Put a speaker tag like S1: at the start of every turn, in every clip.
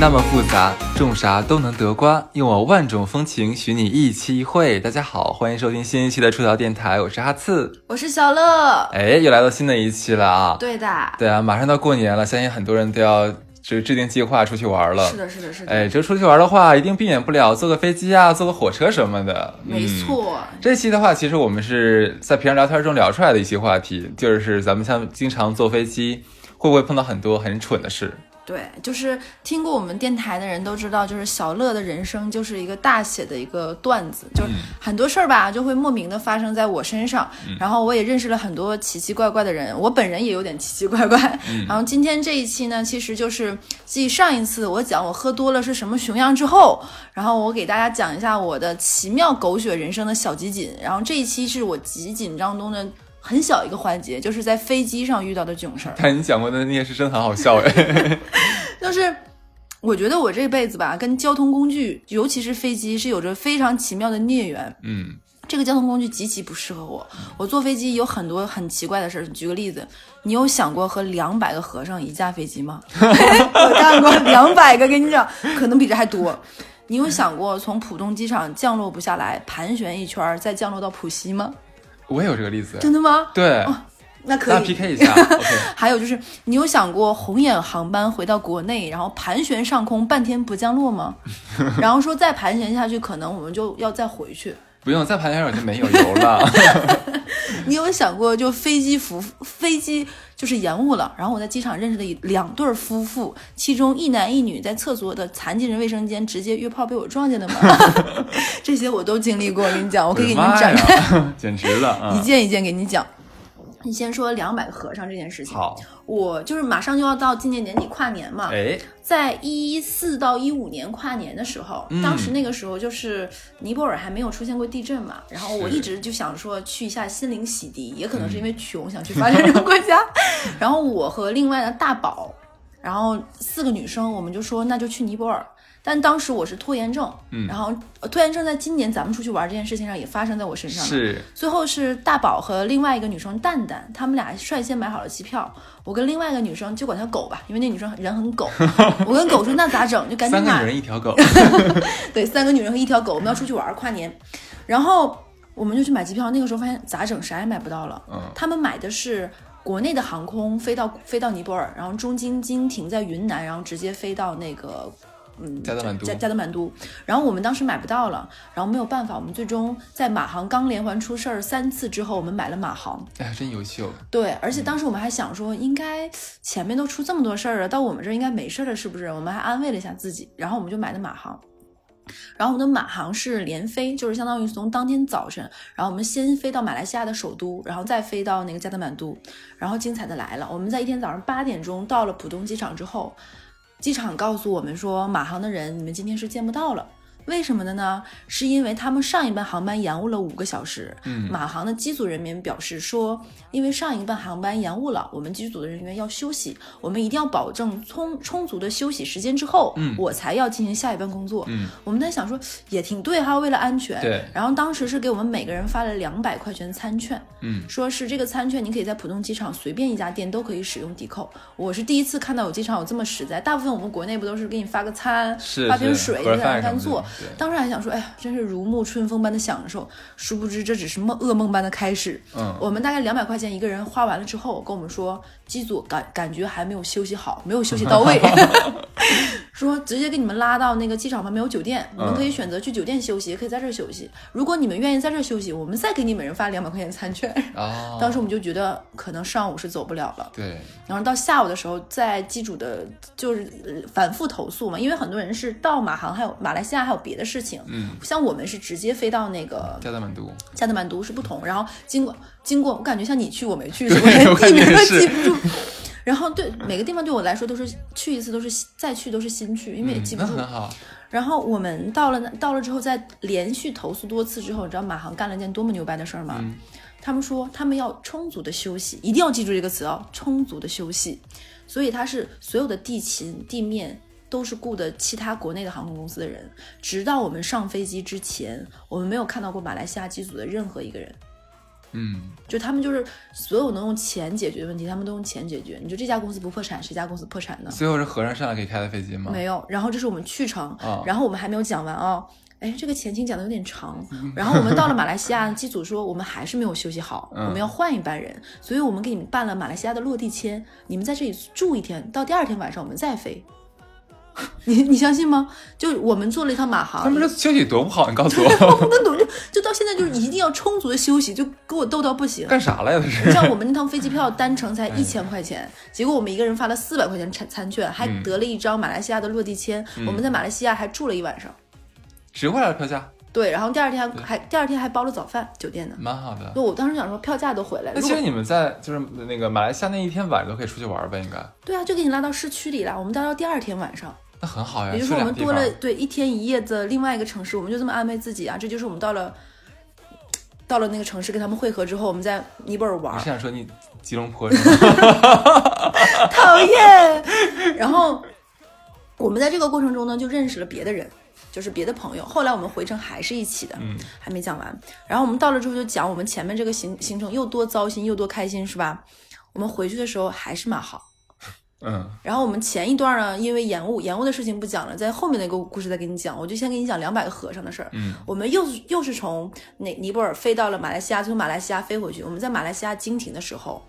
S1: 那么复杂，种啥都能得瓜。用我万种风情，许你一期一会。大家好，欢迎收听新一期的出逃电台，我是哈刺。
S2: 我是小乐。
S1: 哎，又来到新的一期了啊！
S2: 对的，
S1: 对啊，马上到过年了，相信很多人都要就制定计划出去玩了。
S2: 是的，是的，是的，
S1: 哎，这出去玩的话，一定避免不了坐个飞机啊，坐个火车什么的。
S2: 没
S1: 嗯
S2: 错，
S1: 这期的话，其实我们是在平常聊天中聊出来的一些话题，就是咱们像经常坐飞机，会不会碰到很多很蠢的事？
S2: 对，就是听过我们电台的人都知道，就是小乐的人生就是一个大写的一个段子，就是很多事儿吧，就会莫名的发生在我身上。然后我也认识了很多奇奇怪怪的人，我本人也有点奇奇怪怪。然后今天这一期呢，其实就是继上一次我讲我喝多了是什么熊样之后，然后我给大家讲一下我的奇妙狗血人生的小集锦。然后这一期是我集锦当中的很小一个环节，就是在飞机上遇到的囧事儿。
S1: 但你讲过的那些事真的很好笑哎。
S2: 就是我觉得我这辈子吧，跟交通工具，尤其是飞机，是有着非常奇妙的孽缘。
S1: 嗯。
S2: 这个交通工具极其不适合我。我坐飞机有很多很奇怪的事儿。举个例子，你有想过和两百个和尚一架飞机吗？ 我干过两百个，跟你讲，可能比这还多。你有想过从浦东机场降落不下来，盘旋一圈儿再降落到浦西吗？
S1: 我也有这个例子，
S2: 真的吗？
S1: 对，
S2: 那哦可以。
S1: 那 PK 一 下，OK，
S2: 还有就是，你有想过红眼航班回到国内，然后盘旋上空半天不降 落吗？然后说再盘旋下去，可能我们就要再回去。
S1: 不用再盘旋会儿就没有油了。
S2: 你有想过，就飞机服飞机就是延误了，然后我在机场认识了一两对儿夫妇，其中一男一女在厕所的残疾人卫生间直接约炮被我撞 见的吗？这些我都经历过，我跟你 讲，我可以给你
S1: 我的
S2: 们
S1: 妈
S2: 展开
S1: 哎呀， 简直了
S2: 一
S1: 啊！
S2: 件一件给你讲。你先说两百个和尚这件事情，
S1: 好，
S2: 我就是马上就要到今年年底跨年嘛，
S1: 哎，
S2: 在一四到一五年跨年的时候，
S1: 嗯
S2: 当时那个时候就是尼泊尔还没有出现过地震嘛，然后我一直就想说去一下心灵洗涤，也可能是因为
S1: 嗯
S2: 穷想去发展中国 家，然后我和另外的大宝，然后四个女生，我们就说那就去尼泊尔。但当时我是拖延症，
S1: 嗯
S2: 然后呃拖延症在今年咱们出去玩这件事情上也发生在我身上了。
S1: 是
S2: 最后是大宝和另外一个女生蛋蛋，她们俩率先买好了机票。我跟另外一个女生就管她狗吧，因为那女生人很 狗。我跟狗说那咋整？就赶紧
S1: 三个女
S2: 买。
S1: 人一 条狗，
S2: 对，三个女人和一条狗，我们要出去玩儿跨年。然后我们就去买机票，那个时候发现咋整，啥也买不到了。
S1: 嗯，
S2: 他们买的是国内的航空，飞到飞到尼泊尔，然后中间经停在云南，然后直接飞到那个嗯
S1: 加德满都
S2: 加加德满都。然后我们当时买不到了，然后没有办法，我们最终在马航刚连环出事儿三次之后，我们买了马航。
S1: 哎呀，真优秀，
S2: 对，而且当时我们还想说，应该前面都出这么多事儿了，到我们这儿应该没事儿了，是不是？我们还安慰了一下自己，然后我们就买的马航。然后我们的马航是连飞，就是相当于从当天早晨，然后我们先飞到马来西亚的首都，然后再飞到那个加德满都。然后精彩的来了，我们在一天早上八点钟到了浦东机场之后，机场告诉我们说，马航的人你们今天是见不到了。为什么的呢？是因为他们上一班航班延误了五个小时。
S1: 嗯
S2: 马航的机组人员表示说，因为上一班航班延误了，我们机组的人员要休息，我们一定要保证充充足的休息时间之后，
S1: 嗯
S2: 我才要进行下一班工作。
S1: 嗯，
S2: 我们在想说，也挺对哈，为了安全。
S1: 对
S2: 然后当时是给我们每个人发了两百块钱餐券，
S1: 嗯，
S2: 说是这个餐券你可以在浦东机场随便一家店都可以使用抵扣。我是第一次看到有机场有这么实在，大部分我们国内不都是给你发个餐，
S1: 是
S2: 发瓶
S1: 是
S2: 水，
S1: 盒饭
S2: 在那
S1: 什么
S2: 干
S1: 的
S2: 坐。
S1: 对
S2: 当时还想说，哎呀，真是如沐春风般的享受，殊不知这只是梦噩梦般的开始。
S1: 嗯
S2: 我们大概两百块钱一个人花完了之后，跟我们说机组感感觉还没有休息好，没有休息到 位，说直接给你们拉到那个机场旁边有酒店，你
S1: 嗯
S2: 们可以选择去酒店休息，也可以在这儿休息。如果你们愿意在这儿休息，我们再给你每人发两百块钱餐券。
S1: 哦，
S2: 当时我们就觉得可能上午是走不了了。
S1: 对，
S2: 然后到下午的时候，在机组的就是呃反复投诉嘛，因为很多人是到马航还有马来西亚还有别的事情，
S1: 嗯，
S2: 像我们是直接飞到那个
S1: 加德满都，
S2: 加德满都是不同，然后经过经过，我感觉像你去我没去，
S1: 对
S2: 什么 连
S1: 我感
S2: 地
S1: 觉
S2: 名都
S1: 是
S2: 记不住。然后对每个地方对我来说都是去一次都是新再去都是新去，因为也
S1: 嗯
S2: 记不
S1: 那
S2: 住。
S1: 很好，
S2: 然后我们到了那到了之后，在连续投诉多次之后，你知道马航干了件多么牛掰的事儿吗？他们说他们要充足的休息，一定要记住这个词哦，充足的休息。所以他是所有的地勤、地面都是雇的其他国内的航空公司的人，直到我们上飞机之前，我们没有看到过马来西亚机组的任何一个人。
S1: 嗯
S2: 就他们就是所有能用钱解决的问题，他们都用钱解决。你说这家公司不破产，谁家公司破产呢？
S1: 最后是和尚上来给开的飞机吗？
S2: 没有。然后这是我们去程，
S1: 啊
S2: 然后我们还没有讲完哦。哎，这个前情讲的有点长。
S1: 嗯
S2: 然后我们到了马来西亚，机组说我们还是没有休息好，
S1: 嗯
S2: 我们要换一班人，所以我们给你们办了马来西亚的落地签，你们在这里住一天，到第二天晚上我们再飞。 你你相信吗？就我们做了一趟马航，
S1: 他们这休息多不好，你告诉 我
S2: 那努力就到现在就是一定要充足的休息，就给我逗到不行。
S1: 干啥来了这
S2: 你知
S1: 是？
S2: 道我们那趟飞机票单程才
S1: 嗯
S2: 一千块钱，结果我们一个人发了四百块钱餐餐券，还
S1: 嗯
S2: 得了一张马来西亚的落地签。我们在马来西亚还住了一晚上，
S1: 值回来了票价，
S2: 对，然后第二天还还第二天还包了早饭，酒店的。
S1: 蛮好的。
S2: 那我当时想说，票价都回来了，
S1: 那
S2: 如
S1: 其实
S2: 果
S1: 你们在就是那个马来西亚那一天晚上都可以出去玩呗，应该
S2: 对啊，就给你拉到市区里了。我们待到第二天晚上，
S1: 那很好呀。
S2: 也就是
S1: 哎去
S2: 说我
S1: 两
S2: 们
S1: 个地
S2: 多
S1: 方
S2: 了对一天一夜的另外一个城市，我们就这么安慰自己啊，这就是我们到了到了那个城市跟他们会合之后，我们在尼泊尔玩
S1: 你是。想说你吉隆坡是 吗？
S2: 讨厌。 然后我们在这个过程中呢，就认识了别的人，就是别的朋友。后来我们回程还是一起的，
S1: 嗯，
S2: 还没讲完。然后我们到了之后就讲我们前面这个行行程又多糟心又多开心，是吧？我们回去的时候还是马航。
S1: 嗯，
S2: 然后我们前一段呢，因为延误，延误的事情不讲了，在后面那个故事再给你讲。我就先给你讲两百个和尚的事儿。
S1: 嗯，
S2: 我们又是又是从那尼泊尔飞到了马来西亚，从马来西亚飞回去。我们在马来西亚经停的时候，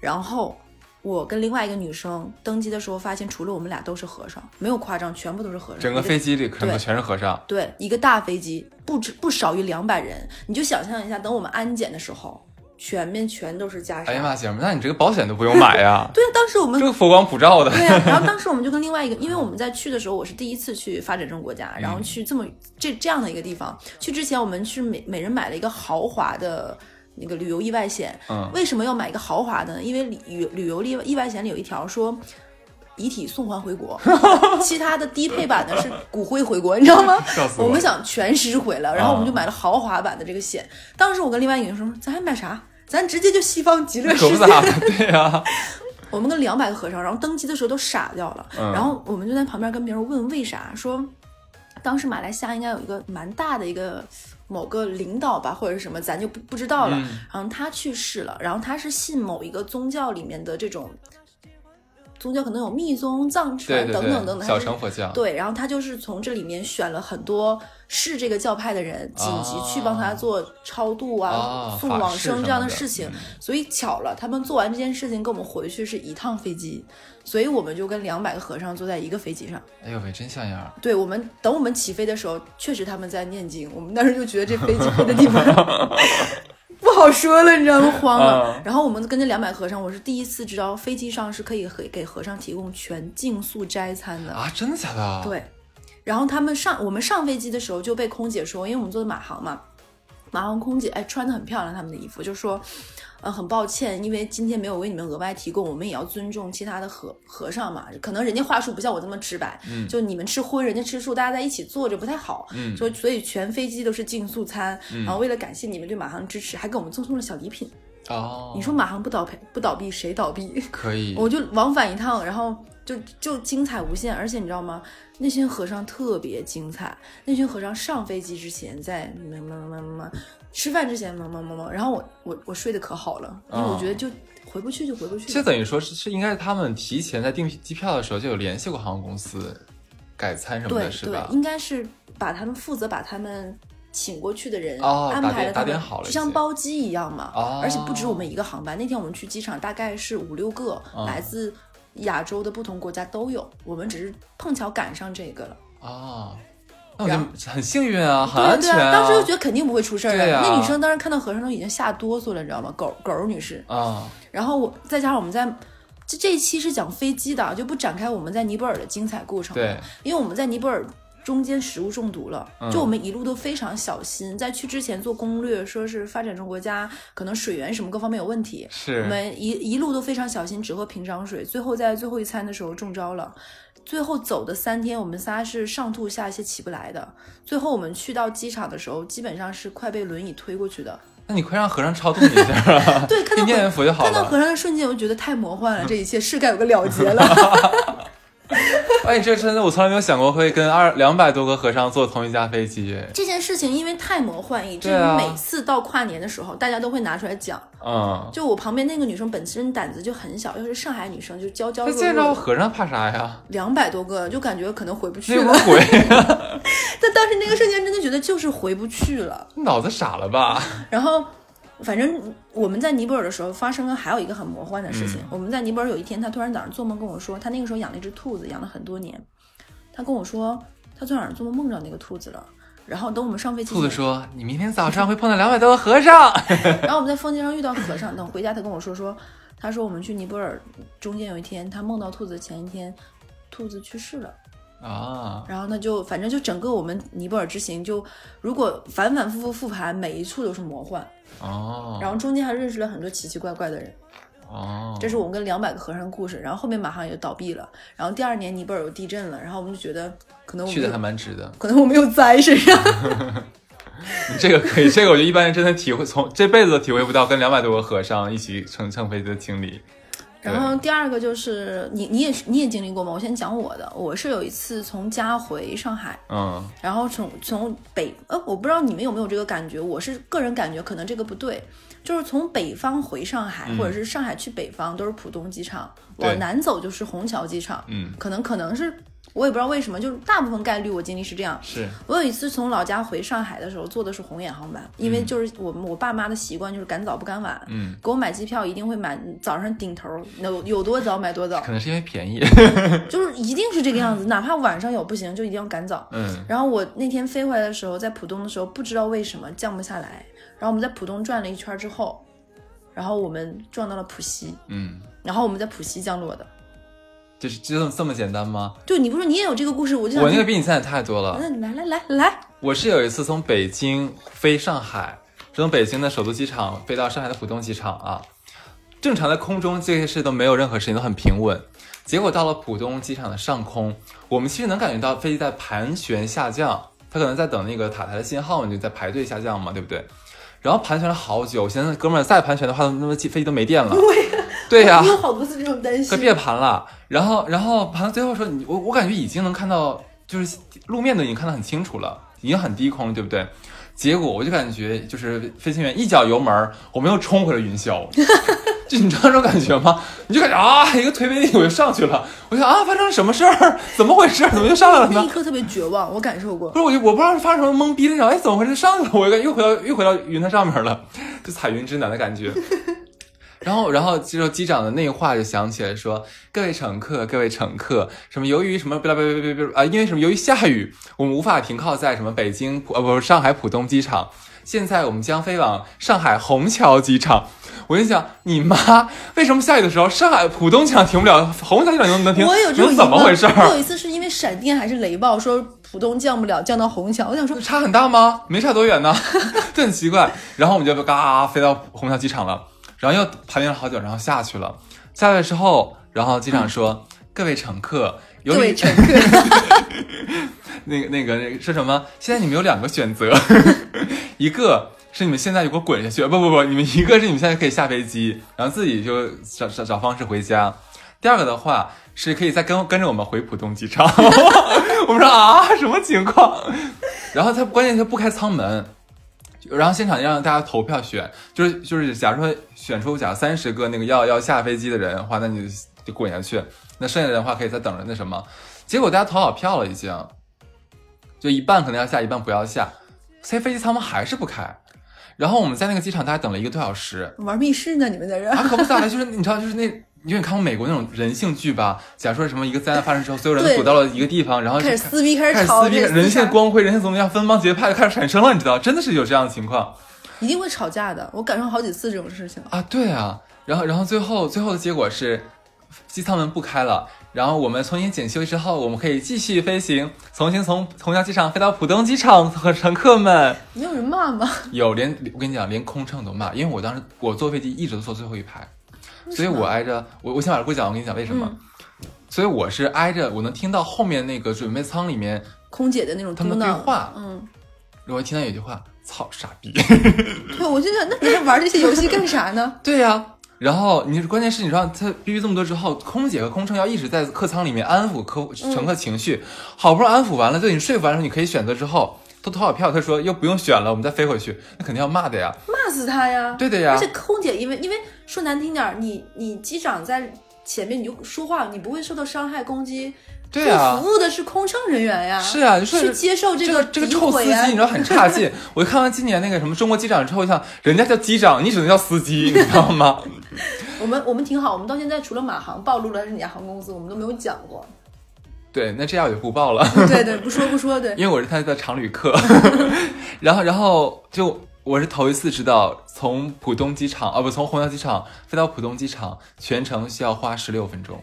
S2: 然后我跟另外一个女生登机的时候，发现除了我们俩都是和尚，没有夸张，全部都是和尚。
S1: 整个
S2: 一
S1: 飞机里可能
S2: 对
S1: 全是和尚。
S2: 对一个大飞机，不止不少于两百人，你就想象一下，等我们安检的时候，全面全都是袈裟。，
S1: 哎呀妈，姐们，那你这个保险都不用买呀
S2: 对啊，当时我们
S1: 这个佛光普照的。
S2: 对呀、然后当时我们就跟另外一个，因为我们在去的时候，我是第一次去发展中国家，
S1: 嗯
S2: 然后去这么这这样的一个地方。去之前，我们去每每人买了一个豪华的那个旅游意外险。
S1: 嗯
S2: 为什么要买一个豪华的呢？因为旅旅游意意外险里有一条说。遗体送还回 国，其他的低配版的是骨灰回国，你知道吗？
S1: 笑死我
S2: 我
S1: 了啊
S2: 们想全尸回来，然后我们就买了豪华版的这个险。当时我跟另外一个女生说：“咱还买啥？咱直接就西方极乐世
S1: 可不
S2: 界。”
S1: 咋的，对 呀，
S2: 我们跟两百个和尚，然后登机的时候都傻掉了，
S1: 嗯
S2: 然后我们就在旁边跟别人问为啥，说当时马来西亚应该有一个蛮大的一个某个领导吧，或者是什么，咱就不不知道了。
S1: 嗯
S2: 然后他去世了，然后他是信某一个宗教里面的这种宗教，可能有密宗、藏
S1: 对
S2: 传
S1: 对
S2: 等等等等，
S1: 对，
S2: 他
S1: 小
S2: 是
S1: 乘佛教，
S2: 对，然后他就是从这里面选了很多是这个教派的人，紧急去帮他做超度啊、
S1: 啊
S2: 送
S1: 法
S2: 往
S1: 事
S2: 生
S1: 什
S2: 这样
S1: 么的嗯
S2: 事情。所以巧了，他们做完这件事情跟我们回去是一趟飞机，所以我们就跟两百个和尚坐在一个飞机上。
S1: 哎呦喂，真像样儿。
S2: 对我们等我们起飞的时候，确实他们在念经，我们当时就觉得这飞机飞的地方 不好说了，你知道吗？慌了
S1: 嗯。
S2: 然后我们跟这两百和尚，我是第一次知道飞机上是可以给给和尚提供全净素斋餐的。
S1: 啊，真的假的？，
S2: 对，然后他们上我们上飞机的时候就被空姐说，因为我们坐的马航嘛，马航空姐哎穿的很漂亮，他们的衣服就说，呃很抱歉，因为今天没有为你们额外提供，我们也要尊重其他的和和尚嘛，可能人家话术不像我这么直白，
S1: 嗯
S2: 就你们吃荤，人家吃素，大家在一起坐着不太好，
S1: 嗯
S2: 就所以全飞机都是净素餐，
S1: 嗯
S2: 然后为了感谢你们对马航的支持，还给我们赠送了小礼品，
S1: 哦，
S2: 你说马航不倒赔不倒闭谁倒闭？
S1: 可以？
S2: 我就往返一趟，然后就就精彩无限。而且你知道吗？那群和尚特别精彩。那群和尚上飞机之前在么么么么么，吃饭之前么么么么，然后我我我睡得可好了，因为我
S1: 哦
S2: 觉得就回不去就回不去
S1: 这
S2: 了。
S1: 等于说是是应该是他们提前在订机票的时候就有联系过航空公司改餐什么
S2: 对
S1: 的，是
S2: 对
S1: 吧，？
S2: 应该是把他们负责把他们。请过去的人、
S1: 哦
S2: 安
S1: 打
S2: 排
S1: 点
S2: 了
S1: 打
S2: 他
S1: 点
S2: 们，
S1: 好了
S2: 就
S1: 已
S2: 像
S1: 经
S2: 包机一样嘛。
S1: 哦
S2: 而且不止我们一个航班，那天我们去机场大概是五六个、
S1: 哦
S2: 来自亚洲的不同国家都有，我们只是碰巧赶上这个了。
S1: 哦，那我
S2: 然后
S1: 就很幸运啊，很
S2: 对啊
S1: 安
S2: 对
S1: 全
S2: 啊，当时就觉得肯定不会出事儿
S1: 对
S2: 的。
S1: 啊
S2: 那女生当时看到和尚都已经吓哆嗦了，你知道吗？狗狗儿女士。
S1: 啊，
S2: 然后我再加上我们在这这一期是讲飞机的，就不展开我们在尼泊尔的精彩过程。
S1: 对，
S2: 因为我们在尼泊尔中间食物中毒了，
S1: 嗯
S2: 就我们一路都非常小心，在去之前做攻略，说是发展中国家可能水源什么各方面有问题，
S1: 是
S2: 我们一一路都非常小心，只喝平常水。最后在最后一餐的时候中招了。最后走的三天，我们仨是上吐下泻起不来的。最后我们去到机场的时候，基本上是快被轮椅推过去的。
S1: 那你快让和尚超度你一下 啊！
S2: 对，看
S1: 你
S2: 到
S1: 念念佛就好嗯
S2: 看到
S1: 了。
S2: 和尚的瞬间，我就觉得太魔幻了，这一切是该有个了结了。
S1: 哎，这真的我从来没有想过会跟二两百多个和尚坐同一架飞机。
S2: 这件事情因为太魔幻，以至于
S1: 对啊
S2: 每次到跨年的时候，大家都会拿出来讲。
S1: 嗯，
S2: 就我旁边那个女生本身胆子就很小，又是上海女生，就娇娇
S1: 他
S2: 弱
S1: 见着
S2: 弱的，
S1: 和尚怕啥 呀？
S2: 两百多个，就感觉可能回不去
S1: 那
S2: 了
S1: 有。鬼，
S2: 但当时那个瞬间真的觉得就是回不去了。
S1: 脑子傻了吧？
S2: 然后，反正我们在尼泊尔的时候发生了还有一个很魔幻的事情。
S1: 嗯
S2: 我们在尼泊尔有一天，他突然早上做梦跟我说，他那个时候养了一只兔子，养了很多年。他跟我说，他昨天晚上做梦梦着那个兔子了。然后等我们上飞机前，
S1: 兔子说：“你明天早上会碰到两百多个和尚。
S2: 然后我们在风机上遇到和尚，等回家他跟我说说，他说我们去尼泊尔，中间有一天他梦到兔子前一天，兔子去世了，”
S1: 啊，
S2: 然后他就反正就整个我们尼泊尔之行就如果反反复复复盘，每一处都是魔幻，
S1: 哦，
S2: 然后中间还认识了很多奇奇怪怪的人，
S1: 哦，
S2: 这是我们跟两百个和尚的故事，然后后面马上也倒闭了，然后第二年尼泊尔有地震了，然后我们就觉得可能我
S1: 去的还
S2: 们
S1: 蛮值的。
S2: 可能我们有灾身上，
S1: 你这个可以，这个我觉得一般人真的体会，从这辈子都体会不到跟两百多个和尚一起乘乘飞机的经历。
S2: 然后第二个就是你你也是你也经历过吗？我先讲我的，我是有一次从家回上海。
S1: 嗯
S2: 然后从从北呃，我不知道你们有没有这个感觉，我是个人感觉可能这个不对，就是从北方回上海，
S1: 嗯
S2: 或者是上海去北方都是浦东机场，
S1: 对
S2: 往南走就是虹桥机场，
S1: 嗯，
S2: 可能可能是我也不知道为什么，就是大部分概率我经历是这样。
S1: 是
S2: 我有一次从老家回上海的时候坐的是红眼航班，因为
S1: 嗯
S2: 就是我们我爸妈的习惯就是赶早不赶晚，
S1: 嗯，
S2: 给我买机票一定会买早上顶头，有有多早买多 早，
S1: 可能是因为便宜。
S2: 就是一定是这个样子，哪怕晚上有不行就一定要赶早。
S1: 嗯
S2: 然后我那天飞回来的时候，在浦东的时候，不知道为什么降不下来。然后我们在浦东转了一圈之后，然后我们撞到了浦西，
S1: 嗯，
S2: 然后我们在浦西降落的。
S1: 就是就这么这么简单吗？
S2: 就你不是你也有这个故事，我就想
S1: 我那个比你嗯惨太多了。
S2: 那来来来来，
S1: 我是有一次从北京飞上海，是从北京的首都机场飞到上海的浦东机场啊。正常的空中这些事都没有任何事情，都很平稳。结果到了浦东机场的上空，我们其实能感觉到飞机在盘旋下降，它可能在等那个塔台的信号，你就在排队下降嘛，对不对？然后盘旋了好久，我寻思哥们儿再盘旋的话，那么机飞机都没电了。对呀、
S2: 我有好多次这种担
S1: 可
S2: 心。
S1: 别盘了。然后，然后盘到最后的时候，你我我感觉已经能看到，就是路面都已经看得很清楚了，已经很低空了，对不对？结果我就感觉，就是飞行员一脚油门儿，我们又冲回了云霄。 就你知道这种感觉吗？你就感觉啊，一个推背力我就上去了。我想啊，发生了什么事儿？怎么回事？怎么就上来了
S2: 那一
S1: 呢？
S2: 刻特别绝望，我感受 过
S1: 不。是，我就我不知道是发生什么懵逼的，然后哎，怎么回事？上去了，我又又回到又回到云彩上面了，就彩云之南的感觉。然后，然后这时候机长的那话就响起来说：“各位乘客，各位乘客，什么由于什么不啦不啦不啦不啦啊，因为什么由于下雨，我们无法停靠在什么北京浦呃不是上海浦东机场，现在我们将飞往上海虹桥机场。”我就想，你妈为什么下雨的时候上海浦东机场停不了，虹桥机场能能停？
S2: 我有这种
S1: 能
S2: 疑
S1: 怎么
S2: 问
S1: 回事儿？
S2: 我有一次是因为闪电还是雷暴，说浦东降不了，降到虹桥。我想说，
S1: 差很大吗？没差多远呢， 这很奇怪。然后我们就嘎啊飞到虹桥机场了，然后又盘旋了好久，然后下去了。下来之后，然后机长说：“各位乘客，由
S2: 嗯各位
S1: 于
S2: 乘客，
S1: 那个那个那个说什么？现在你们有两个选择， 一个是你们现在就给我滚下去，不不不，你们一个是你们现在可以下飞机，然后自己就找找找方式回家；第二个的话是可以再跟跟着我们回浦东机场。 我们说啊，什么情况？ 然后他关键他不开舱门。然后现场让大家投票选，就是就是，假如说选出假三十个那个要要下飞机的人的话，那你就就滚下去；那剩下的人的话可以再等着那什么。结果大家投好票了，已经，就一半可能要下，一半不要下，所以飞机舱门还是不开。然后我们在那个机场大概等了一个多小时，
S2: 玩密室呢？你们在这 儿？
S1: 啊，可不咋 的，就是你知道，就是那，因为你看过美国那种人性剧吧？假如说什么一个灾难发生之后，所有人
S2: 对
S1: 都躲到了一个地方，然后就
S2: 开始撕逼，开
S1: 开
S2: 始
S1: 始
S2: 吵，
S1: 撕逼，
S2: 开始
S1: 人性
S2: 杀
S1: 的光辉、人性怎么样，分帮结派就开始产生了，你知道，真的是有这样的情况。
S2: 一定会吵架的。我赶上好几次这种事情。
S1: 啊，对啊，然后然后最后最后的结果是，机舱门不开了，然后我们重新检修之后，我们可以继续飞行，重新从虹桥机场飞到浦东机场和乘客们。
S2: 没有人骂吗？
S1: 有连我跟你讲，连空乘都骂，因为我当时我坐飞机一直都坐最后一排，所以我挨着我我先把故事讲，完，我跟你讲为什么。所以我是挨着，我能听到后面那个准备舱里面，
S2: 空姐的那种
S1: 他
S2: 嘟
S1: 们的
S2: 囔
S1: 对话
S2: 嗯，
S1: 我听到有一句话：“操，傻逼。”
S2: 对，我就想，那别人玩这些游戏干啥呢？
S1: 对呀、然后你关键是你让他逼逼这么多之后，空姐和空乘要一直在客舱里面安抚客乘客情绪，好不容易安抚完了，对你说服完了，你可以选择之后都投好票，他说又不用选了，我们再飞回去，那肯定要骂的呀。
S2: 骂死他呀！
S1: 对啊的呀
S2: 而且空姐，因为因为说难听点儿，你你机长在前面，你就说话，你不会受到伤害攻击。
S1: 对啊
S2: 这服务的是空乘人员呀。
S1: 是啊，就
S2: 去
S1: 是
S2: 接受这
S1: 这
S2: 个
S1: 这个
S2: 诋
S1: 臭司
S2: 毁
S1: 机，
S2: 啊
S1: 你知道很差劲。我看完今年那个什么中国机长之后，我想人家叫机长，你只能叫司机，你知道吗？
S2: 我们我们挺好，我们到现在除了马航暴露了是哪家航空公司，我们都没有讲 过。
S1: 对，那这样我就不报了。
S2: 对对，不说不说，对，
S1: 因为我是他的常旅客， 然后然后就我是头一次知道，从浦东机场啊不从虹桥机场飞到浦东机场，全程需要花十六分钟，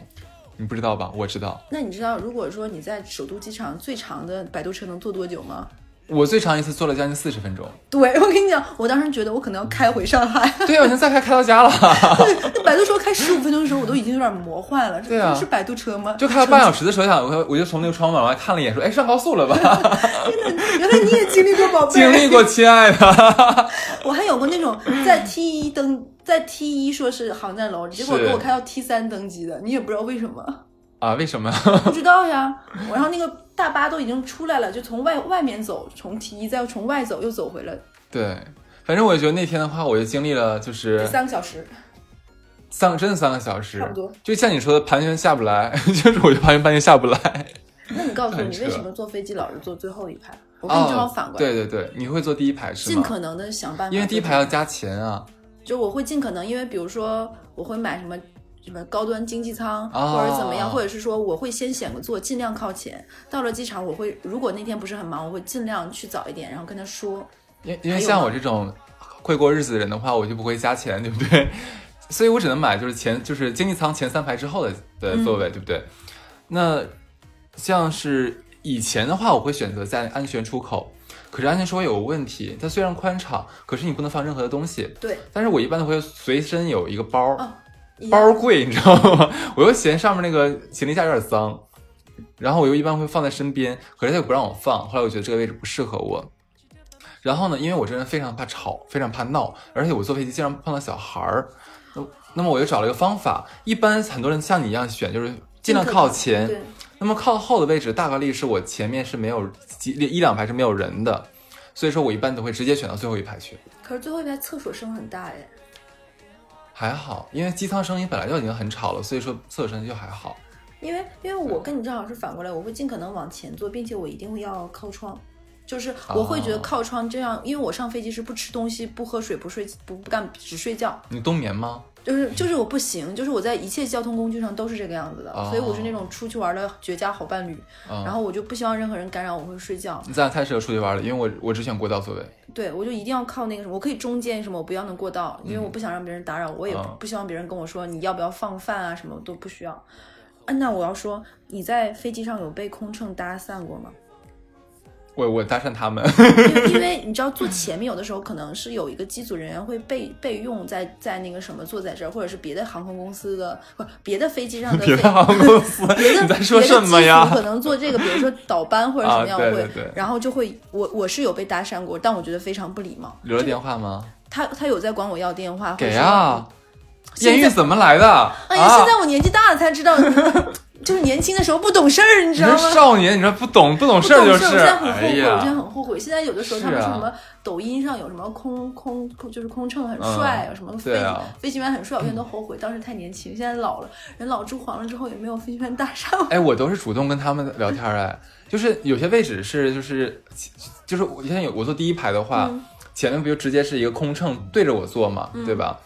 S1: 你不知道吧？我知道，
S2: 那你知道，如果说你在首都机场最长的摆渡车能坐多久吗？
S1: 我最长一次坐了将近四十分钟，
S2: 对我跟你讲，我当时觉得我可能要开回上海，
S1: 对，啊我已经再开开到家了，
S2: 就摆渡车开十五分钟的时候，我都已经有点魔幻了。这
S1: 对啊
S2: 这是摆渡车吗？
S1: 就开了半小时的时候，想我我就从那个窗户往外看了一眼，说哎上高速了吧？
S2: 原来你也经历过宝贝，
S1: 经历过，亲爱的，
S2: 我还有过那种在 T 一登，在 T 一说是航站楼，结果
S1: 是
S2: 给我开到 T 三登机的，你也不知道为什么，
S1: 啊为什么？
S2: 不知道呀。然后那个大巴都已经出来了，就从外外面走，从 T 一再从外走，又走回了
S1: 对。反正我觉得那天的话，我就经历了就
S2: 这
S1: 是
S2: 三个小时。
S1: 三个真的三个小时，
S2: 差不多。
S1: 就像你说的，盘旋下不来， 就是我就盘旋半天下不来。
S2: 那你告诉我，
S1: 很
S2: 你
S1: 扯哦
S2: 为什么坐飞机老是坐最后一排？我跟你正好反过来，
S1: 对对对，你会坐第一排是
S2: 尽
S1: 吗？
S2: 可能的想办法，
S1: 因为第一排要加钱啊。
S2: 就我会尽可能，因为比如说我会买什么什么高端经济舱，
S1: 哦
S2: 或者怎么样，或者是说我会先选个座，尽量靠前。到了机场，我会如果那天不是很忙，我会尽量去早一点，然后跟他说。
S1: 因因
S2: 还
S1: 为
S2: 有
S1: 像
S2: 吗
S1: 我这种会过日子的人的话，我就不会加钱，对不对？ 所以我只能买就是前就是经济舱前三排之后的的座
S2: 嗯
S1: 位，对不对？那像是以前的话，我会选择在安全出口。可是安全出口有个问题，它虽然宽敞，可是你不能放任何的东西。
S2: 对，
S1: 但是我一般都会随身有一个包，
S2: 哦一样
S1: 包贵，你知道吗？ 我又嫌上面那个行李架有点脏，然后我又一般会放在身边，可是他又不让我放。后来我觉得这个位置不适合我。然后呢，因为我这人非常怕吵，非常怕闹，而且我坐飞机经常碰到小孩儿，那那么我就找了一个方法。一般很多人像你一样选，就是尽量靠前，
S2: 对，
S1: 那么靠后的位置，大概率是我前面是没有几一两排是没有人的，所以说我一般都会直接选到最后一排去。
S2: 可是最后一排厕所声很大哎。
S1: 还好，因为机舱声音本来就已经很吵了，所以说厕所声音就还好。
S2: 因为因为我跟你正好是反过来，我会尽可能往前坐，并且我一定会要靠窗，就是我会觉得
S1: 哦
S2: 靠窗这样，因为我上飞机是不吃东西、不喝水、不睡、不不干，只睡觉，
S1: 你冬眠吗？
S2: 就是就是我不行，就是我在一切交通工具上都是这个样子的，
S1: 哦
S2: 所以我是那种出去玩的绝佳好伴侣，
S1: 嗯
S2: 然后我就不希望任何人干扰我会睡觉，
S1: 你咱俩太适合出去玩了，因为我我只选国道座位。
S2: 对我就一定要靠那个什么，我可以中间什么，我不要能过道，因为我不想让别人打扰，我也不
S1: 嗯
S2: 不希望别人跟我说你要不要放饭啊什么都不需要。嗯，那我要说你在飞机上有被空乘搭讪过吗？
S1: 我我搭讪他 们，
S2: 因为因为你知道坐前面有的时候可能是有一个机组人员会备备用在在那个什么坐在这儿，或者是别的航空公司的不别的飞机上的
S1: 别
S2: 飞
S1: 的航空公 司，
S2: 别的
S1: 你在说什么
S2: 别的机组
S1: 呀？
S2: 可能做这个，比如说倒班或者什么样
S1: 啊
S2: 会，
S1: 对对对
S2: 然后就会我我是有被搭讪过，但我觉得非常不礼貌。
S1: 留了电话吗？
S2: 他他有在管我要电话，
S1: 给
S2: 啊
S1: 啊！！
S2: 现在
S1: 艳遇怎么来的？
S2: 哎呀，
S1: 啊
S2: 现，在我年纪大了才知道， 就是年轻的时候不懂事儿，你知
S1: 你
S2: 道
S1: 这
S2: 吗？
S1: 少年，你这不懂不懂
S2: 啊不
S1: 事儿
S2: 懂
S1: 就
S2: 事儿
S1: 是。
S2: 我现在很后
S1: 哎
S2: 悔，我现在
S1: 呀，
S2: 很后悔。现在有的时候
S1: 是
S2: 他们说
S1: 啊
S2: 什么抖音上有什么空空空就是空乘很帅，
S1: 嗯
S2: 有什么飞
S1: 对
S2: 机、
S1: 啊
S2: 飞行员很帅，我现在都后悔，当时太年轻，现在老了，人老珠黄了之后也没有飞行员搭讪我。
S1: 哎，我都是主动跟他们聊天儿哎，就是有些位置是就是就是我像有我坐第一排的话，
S2: 嗯
S1: 前面不就直接是一个空乘对着我坐嘛，对吧？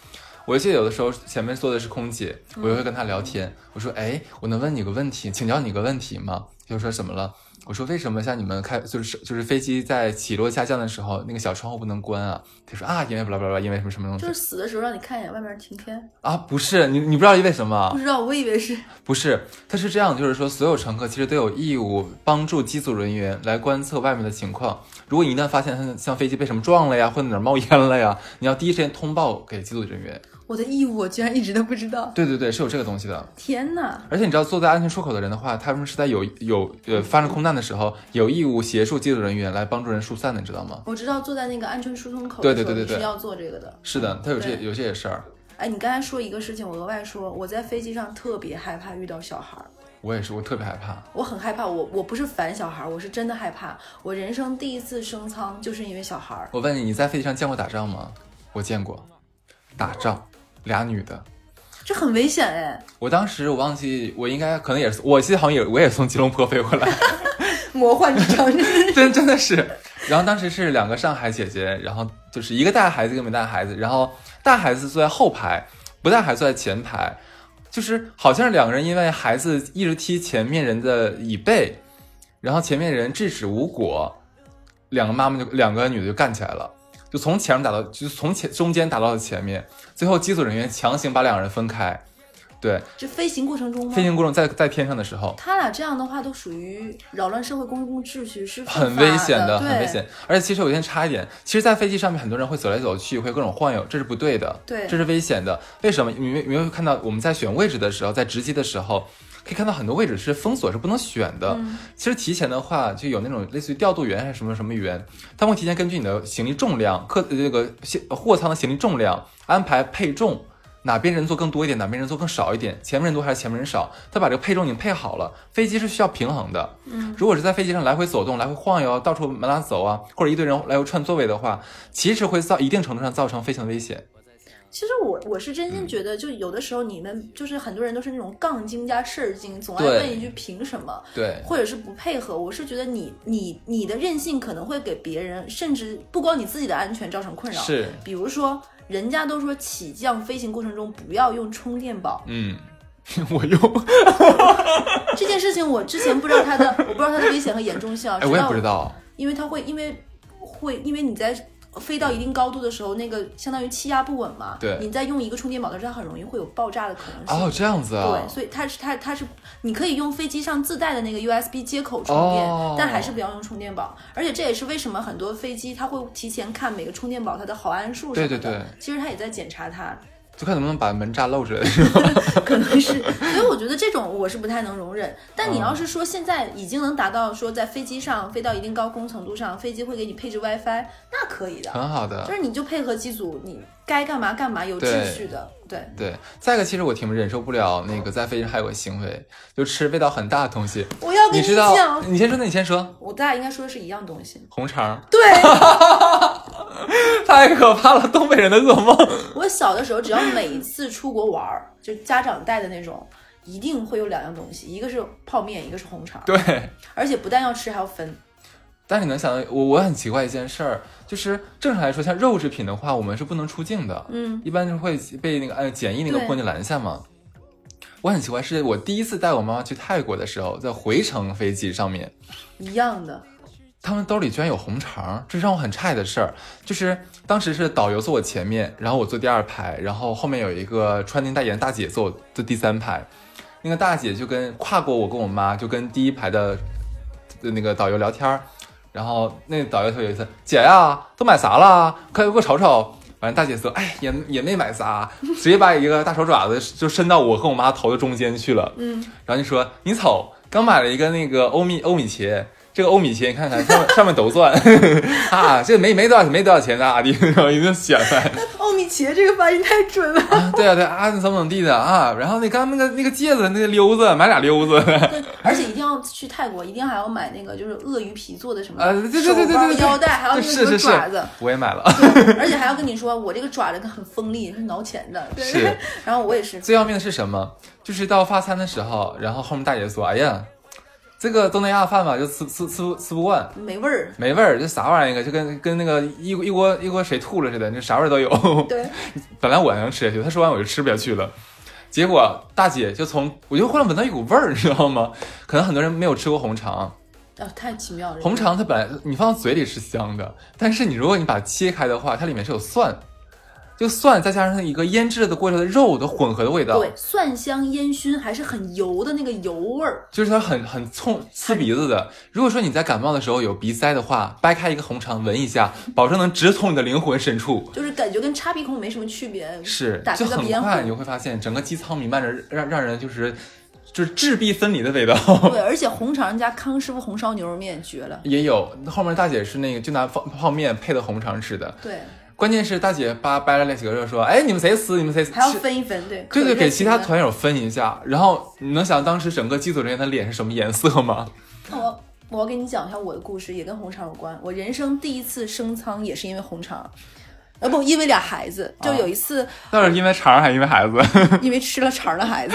S1: 我记得有的时候前面坐的是空姐，我就会跟她聊天，我说：“哎，我能问你个问题，请教你个问题吗？”就说什么了？我说：“为什么像你们开就是就是飞机在起落下降的时候，那个小窗户不能关啊？”她说：“啊，因为巴拉巴拉巴拉，因为什么什么东
S2: 就
S1: 西
S2: 是死的时候让你看一眼外面晴天，
S1: 啊？不是你你不知道因为什么啊？
S2: 不知道，我以为是
S1: 不是，它是这样，就是说，所有乘客其实都有义务帮助机组人员来观测外面的情况。如果你一旦发现它像飞机被什么撞了呀，或者哪儿冒烟了呀，你要第一时间通报给机组人员。
S2: 我的义务，我居然一直都不知道。
S1: 对对对，是有这个东西的。
S2: 天哪！
S1: 而且你知道，坐在安全出口的人的话，他们是在有有呃发生空难的时候，有义务协助机组人员来帮助人疏散的，你知道吗？
S2: 我知道坐在那个安全疏通口
S1: 对
S2: 的时
S1: 对
S2: 候，
S1: 对对
S2: 你是
S1: 对
S2: 要做这个的。
S1: 是的，他有这
S2: 对
S1: 有这些事儿。
S2: 哎，你刚才说一个事情，我额外说，我在飞机上特别害怕遇到小孩儿。
S1: 我也是，我特别害怕。
S2: 我很害怕，我我不是烦小孩儿，我是真的害怕。我人生第一次升舱就是因为小孩儿。
S1: 我问你，你在飞机上见过打仗吗？我见过，打仗，俩女的。
S2: 这很危险哎！
S1: 我当时我忘记，我应该可能也是，我记得好像也我也从吉隆坡飞回来，
S2: 魔幻之城，
S1: 真真的是。然后当时是两个上海姐姐，然后就是一个带孩子，一个没带孩子。然后带孩子坐在后排，不带孩子坐在前排，就是好像是两个人因为孩子一直踢前面人的椅背，然后前面人制止无果，两个妈妈就两个女的就干起来了，就从前面打到，就是从前中间打到了前面，最后机组人员强行把两人分开。对，
S2: 这飞行过程中吗？
S1: 飞行过程在在天上的时候，
S2: 他俩这样的话都属于扰乱社会公共秩序，是
S1: 很
S2: 犯法
S1: 危险
S2: 的，
S1: 很危
S2: 对
S1: 险。而且其实我先插一点，其实，在飞机上面很多人会走来走去，会各种晃悠，这是不对的，
S2: 对
S1: 这是危险的。为什么？你们有没有看到我们在选位置的时候，在值机的时候，可以看到很多位置是封锁，是不能选的。其实提前的话，就有那种类似于调度员还是什么什么员，他们会提前根据你的行李重量、客呃这个行货舱的行李重量安排配重。哪边人坐更多一点，哪边人坐更少一点，前面人多还是前面人少？他把这个配重已经配好了。飞机是需要平衡的，嗯，如果是在飞机上来回走动、来回晃悠、到处满哪走啊，或者一堆人来回串座位的话，其实会造一定程度上造成飞行的危险。
S2: 其实我我是真心
S1: 嗯
S2: 觉得，就有的时候你们就是很多人都是那种杠精加事儿精，总爱
S1: 对
S2: 问一句凭什么，
S1: 对，
S2: 或者是不配合。我是觉得你你你的任性可能会给别人，甚至不光你自己的安全造成困扰。，
S1: 是，
S2: 比如说人家都说起降飞行过程中不要用充电宝
S1: 嗯， 我又，
S2: 这件事情，我之前不知道它 的，我不知道它的危险和严重性啊。
S1: 哎，我也
S2: 直到
S1: 不知道，
S2: 因为它会因为会因为你在飞到一定高度的时候，那个相当于气压不稳嘛，
S1: 对
S2: 你再用一个充电宝的时候，它很容易会有爆炸的可能性。
S1: 哦，这样子啊
S2: 对，，所以它是它它是你可以用飞机上自带的那个 USB 接口充电，
S1: 哦
S2: 但还是不要用充电宝。而且这也是为什么很多飞机它会提前看每个充电宝它的毫安数什么的。
S1: 对对对
S2: 其实它也在检查它，
S1: 就看能不能把门栅露出来。
S2: 可能 是，所以我觉得这种我是不太能容忍。但
S1: 嗯
S2: 你要是说现在已经能达到说在飞机上飞到一定高空程度上，飞机会给你配置 WiFi，那可以的，
S1: 很好
S2: 就
S1: 的。
S2: 是你就配合机组，你该干嘛干嘛，有
S1: 对
S2: 秩序的。对，
S1: 对，再一个，其实我挺忍受不了那个在飞机上还有个行为，就吃味道很大的东西。
S2: 我要跟
S1: 你知道
S2: 哦讲，，
S1: 你先说，那你先说，
S2: 我咱俩应该说的是一样东 西。
S1: 红肠
S2: 对
S1: 太可怕了，东北人的噩梦。
S2: 我小的时候，只要每一次出国玩儿，就家长带的那种，一定会有两样东西，一个是泡面，一个是红肠，
S1: 对，
S2: 而且不但要吃，还要分。
S1: 但是你能想到，我我很奇怪一件事儿，就是正常来说，像肉制品的话，我们是不能出境的，
S2: 嗯，
S1: 一般是会被那个呃检疫那个
S2: 对
S1: 过境拦下嘛。我很奇怪，是我第一次带我妈妈去泰国的时候，在回程飞机上面，
S2: 一样的。
S1: 他们兜里居然有红肠，这是让我很诧异的事儿。就是当时是导游坐我前面，然后我坐第二排，然后后面有一个穿金戴银的大姐坐我坐第三排，那个大姐就跟跨过我跟我妈，就跟第一排的呃那个导游聊天儿，然后那导游特有意思，姐呀、都买啥了？快给我瞅瞅。完，大姐说：“哎，也也没买啥，直接把一个大手爪子就伸到我和我妈头的中间去了。”
S2: 嗯，
S1: 然后就说：“你瞅，刚买了一个那个欧米欧米茄，这个欧米茄你看看上面上面都钻 啊，这没没多少没多少钱咋咋地，然后一顿显摆
S2: 欧米茄这个发音太准了。
S1: 啊，对啊对啊，怎么怎么地的啊。然后那刚那个那个戒指那个溜子，买俩溜子，
S2: 而且一定要去泰国，一定还要买那个就是鳄鱼皮做的什么
S1: 啊对对对对对
S2: 手包
S1: 对对
S2: 腰带，还要那
S1: 是
S2: 个什
S1: 是
S2: 么
S1: 是
S2: 爪子，
S1: 我也买了。
S2: 对，而且还要跟你说，我这个爪子很锋利，是挠钱的。对
S1: 是，
S2: 然后我也是，
S1: 最要命的是什么？就是到发餐的时候，然后后面大姐说：哎呀，这个东南亚饭吧，就吃吃吃不吃不惯。”
S2: 没味儿。
S1: 没味儿，这啥玩意儿一个，就跟跟那个一锅一锅一锅谁吐了似的，这啥味儿都有。
S2: 对，
S1: 本来我还能吃下去，他说完我就吃不下去了。结果大姐就从我就忽然闻到一股味儿，你知道吗？可能很多人没有吃过红肠，
S2: 啊，太奇妙了。
S1: 红肠它本来你放到嘴里是香的，但是你如果你把它切开的话，它里面是有蒜，就蒜再加上一个腌制的过程的肉的混合的味道，
S2: 对，蒜香烟熏，还是很油的那个油味儿。
S1: 就是它很很冲刺鼻子的。如果说你在感冒的时候有鼻塞的话，掰开一个红肠闻一下，保证能直通你的灵魂深处。
S2: 就是感觉跟插鼻孔没什么区别，
S1: 是
S2: 打，
S1: 就
S2: 开个
S1: 很
S2: 鼻烟
S1: 快你
S2: 壶。
S1: 会发现整个机舱弥漫着让让人就是就是质壁分离的味道。
S2: 对，而且红肠加康师傅红烧牛肉面绝了。
S1: 也有后面大姐是那个就拿泡泡面配的红肠吃的，
S2: 对，
S1: 关键是大姐叭掰了那几个热说，哎，你们谁撕？你们谁撕？
S2: 还要分一分，对
S1: 对对，
S2: 可
S1: 给其他
S2: 热情了
S1: 团友分一下。然后你能想当时整个机组人员的脸是什么颜色吗？
S2: 那我我要跟你讲一下我的故事，也跟红肠有关。我人生第一次升舱也是因为红肠，呃不，因为俩孩子。就
S1: 啊
S2: 有一次
S1: 到底是因为肠儿还是因为孩子？
S2: 因为吃了肠儿 的孩子，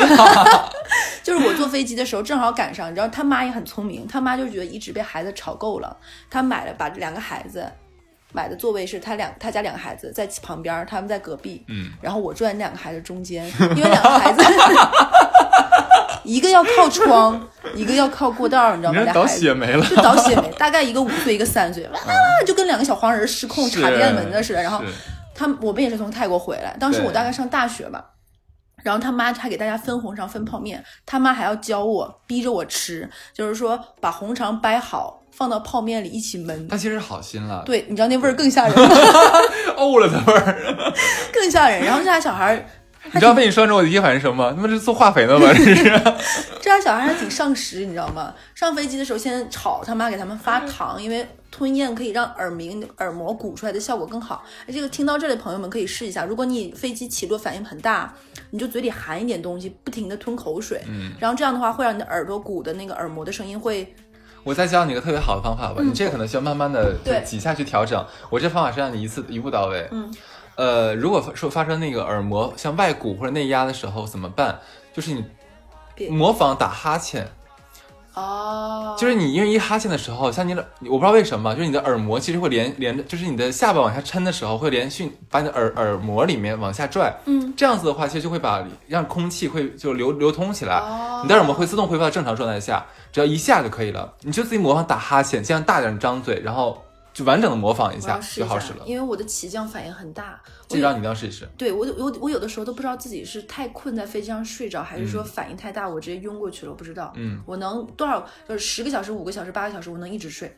S2: 就是我坐飞机的时候正好赶上，你知道他妈也很聪明，他妈就觉得一直被孩子吵够了，他买了把两个孩子买的座位是他两他家两个孩子在旁边儿，他们在隔壁，
S1: 嗯，
S2: 然后我坐在两个孩子中间，因为两个孩子 一个要靠窗，一个要靠过道儿，你知道
S1: 你
S2: 吗？
S1: 这
S2: 俩
S1: 倒
S2: 孩子。
S1: 血霉了。
S2: 就倒血霉，大概一个五岁，一个三 岁，哇、就跟两个小黄人失控
S1: 是
S2: 插电蚊子似的。然后
S1: 是
S2: 他们我们也是从泰国回来，当时
S1: 对
S2: 我大概上大学吧。然后他妈还给大家分红肠、分泡面，他妈还要教我，逼着我吃，就是说把红肠掰好，放到泡面里一起焖。
S1: 他其实好心了，
S2: 对，你知道那味儿更吓人了，
S1: 呕了的味儿。
S2: 更吓人。然后这俩小孩儿，
S1: 你知道被你说中我的第一反应是什么吗？他妈是做化肥的 吗？这是。
S2: 这俩小孩还挺上食，你知道吗？上飞机的时候先吵他妈给他们发糖，因为吞咽可以让耳鸣、耳膜鼓出来的效果更好。哎这个听到这里的朋友们可以试一下，如果你飞机起落反应很大，你就嘴里含一点东西，不停的吞口水，
S1: 嗯，
S2: 然后这样的话会让你的耳朵鼓的那个耳膜的声音会
S1: 我再教你一个特别好的方法吧，你这个可能需要慢慢的
S2: 嗯对
S1: 几下去调整。我这方法是让你一次一步到位。
S2: 嗯，
S1: 呃，如果说发生那个耳膜像外鼓或者内压的时候怎么办？就是
S2: 别
S1: 你模仿打哈欠，
S2: 哦，
S1: 就是你因为一哈欠的时候，像你的我不知道为什么，就是你的耳膜其实会连连着，就是你的下巴往下抻的时候会连续把你的耳耳膜里面往下拽。
S2: 嗯，
S1: 这样子的话，其实就会把让空气会就流流通起来。
S2: 哦
S1: 你的耳膜会自动恢复到正常状态下，只要一下就可以了。你就自己模仿打哈欠，这样大点张嘴，然后就完整的模仿一
S2: 我
S1: 下
S2: 要哦试
S1: 就
S2: 一
S1: 好
S2: 下
S1: 使了。
S2: 因为我的起降反应很大，我
S1: 这
S2: 有
S1: 让你一定要试一试。
S2: 对我有我我有的时候都不知道自己是太困在飞机上睡着，还是说反应太大，我直接晕过去了，我不知道。
S1: 嗯，
S2: 我能多少就是十个小时、五个小时、八个小时，我能一直睡。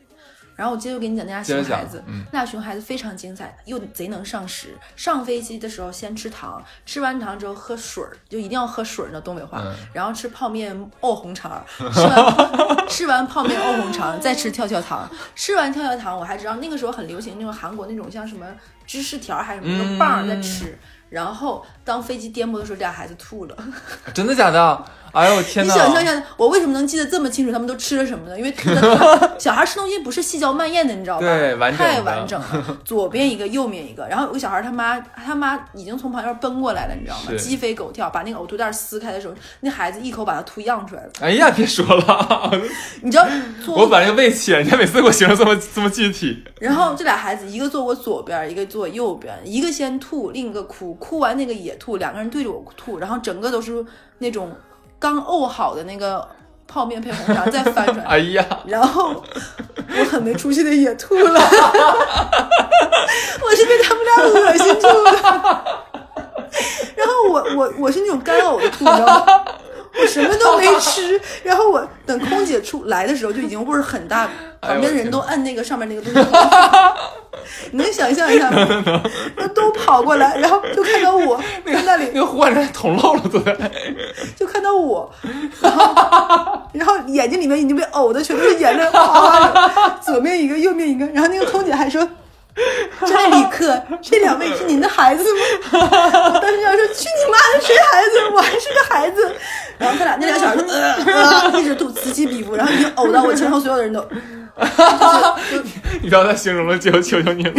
S2: 然后我接着给你讲那俩
S1: 接
S2: 熊
S1: 着
S2: 孩
S1: 讲
S2: 子，，
S1: 嗯，
S2: 那俩熊孩子非常精彩，又贼能上食。上飞机的时候先吃糖，吃完糖之后喝水儿，就一定要喝水儿，你知道东北话。
S1: 嗯
S2: 然后吃泡面沤红肠儿，吃完吃完泡面沤红肠，再吃跳跳糖。吃完跳跳糖，我还知道那个时候很流行那种韩国那种像什么芝士条儿还是什么那个棒
S1: 嗯
S2: 儿在吃。然后当飞机颠簸的时候，这俩孩子 吐了。
S1: 真的假的？哎呦天
S2: 你
S1: 哪！
S2: 想象一下，我为什么能记得这么清楚？他们都吃了什么呢？因为吐的小孩吃东西不是细嚼慢咽的，你知道吧？
S1: 对完整的
S2: 太完整 了，左边一个，右边一个。然后有个小孩他妈他妈已经从旁边奔过来了，你知道吗？
S1: 是
S2: 鸡飞狗跳，把那个呕吐袋撕开的时候，那孩子一口把它吐漾出来了。
S1: 哎呀，别说了，
S2: 你知道坐
S1: 我把这个胃气，人家每次给我形容这么这么具体。
S2: 然后这俩孩子，一个坐我左边，一个坐我右边，一个先吐，另一个哭，哭完那个也吐，两个人对着我吐，然后整个都是那种刚沤好的那个泡面配红肠再翻 出来，
S1: 哎呀，
S2: 然后我很没出息的也吐了，我是被他们俩恶心住了。然后我我我是那种干呕的吐，你知道吗？我什么都没吃，然后我等空姐出来的时候就已经味儿很大，
S1: 哎呦
S2: 旁边的人都按那个上面那个东西， 你能想象一下吗？那都跑过来，然后就看到我在那里
S1: 那，个换人捅漏了，对不对？
S2: 就看到我，然后然后眼睛里面已经被呕的全都是眼泪，哗哗 的，左面一个，右面一个。然后那个空姐还说：“这位旅客，这两位是您的孩子吗？”我当时要说：“去你妈的，谁孩子？我还是个孩子。”然后他俩那俩小孩就呃呃一直吐，此起彼伏，然后已经呕到我前后所有的人都。就是就
S1: 你不要再形容了，姐，我求求你了。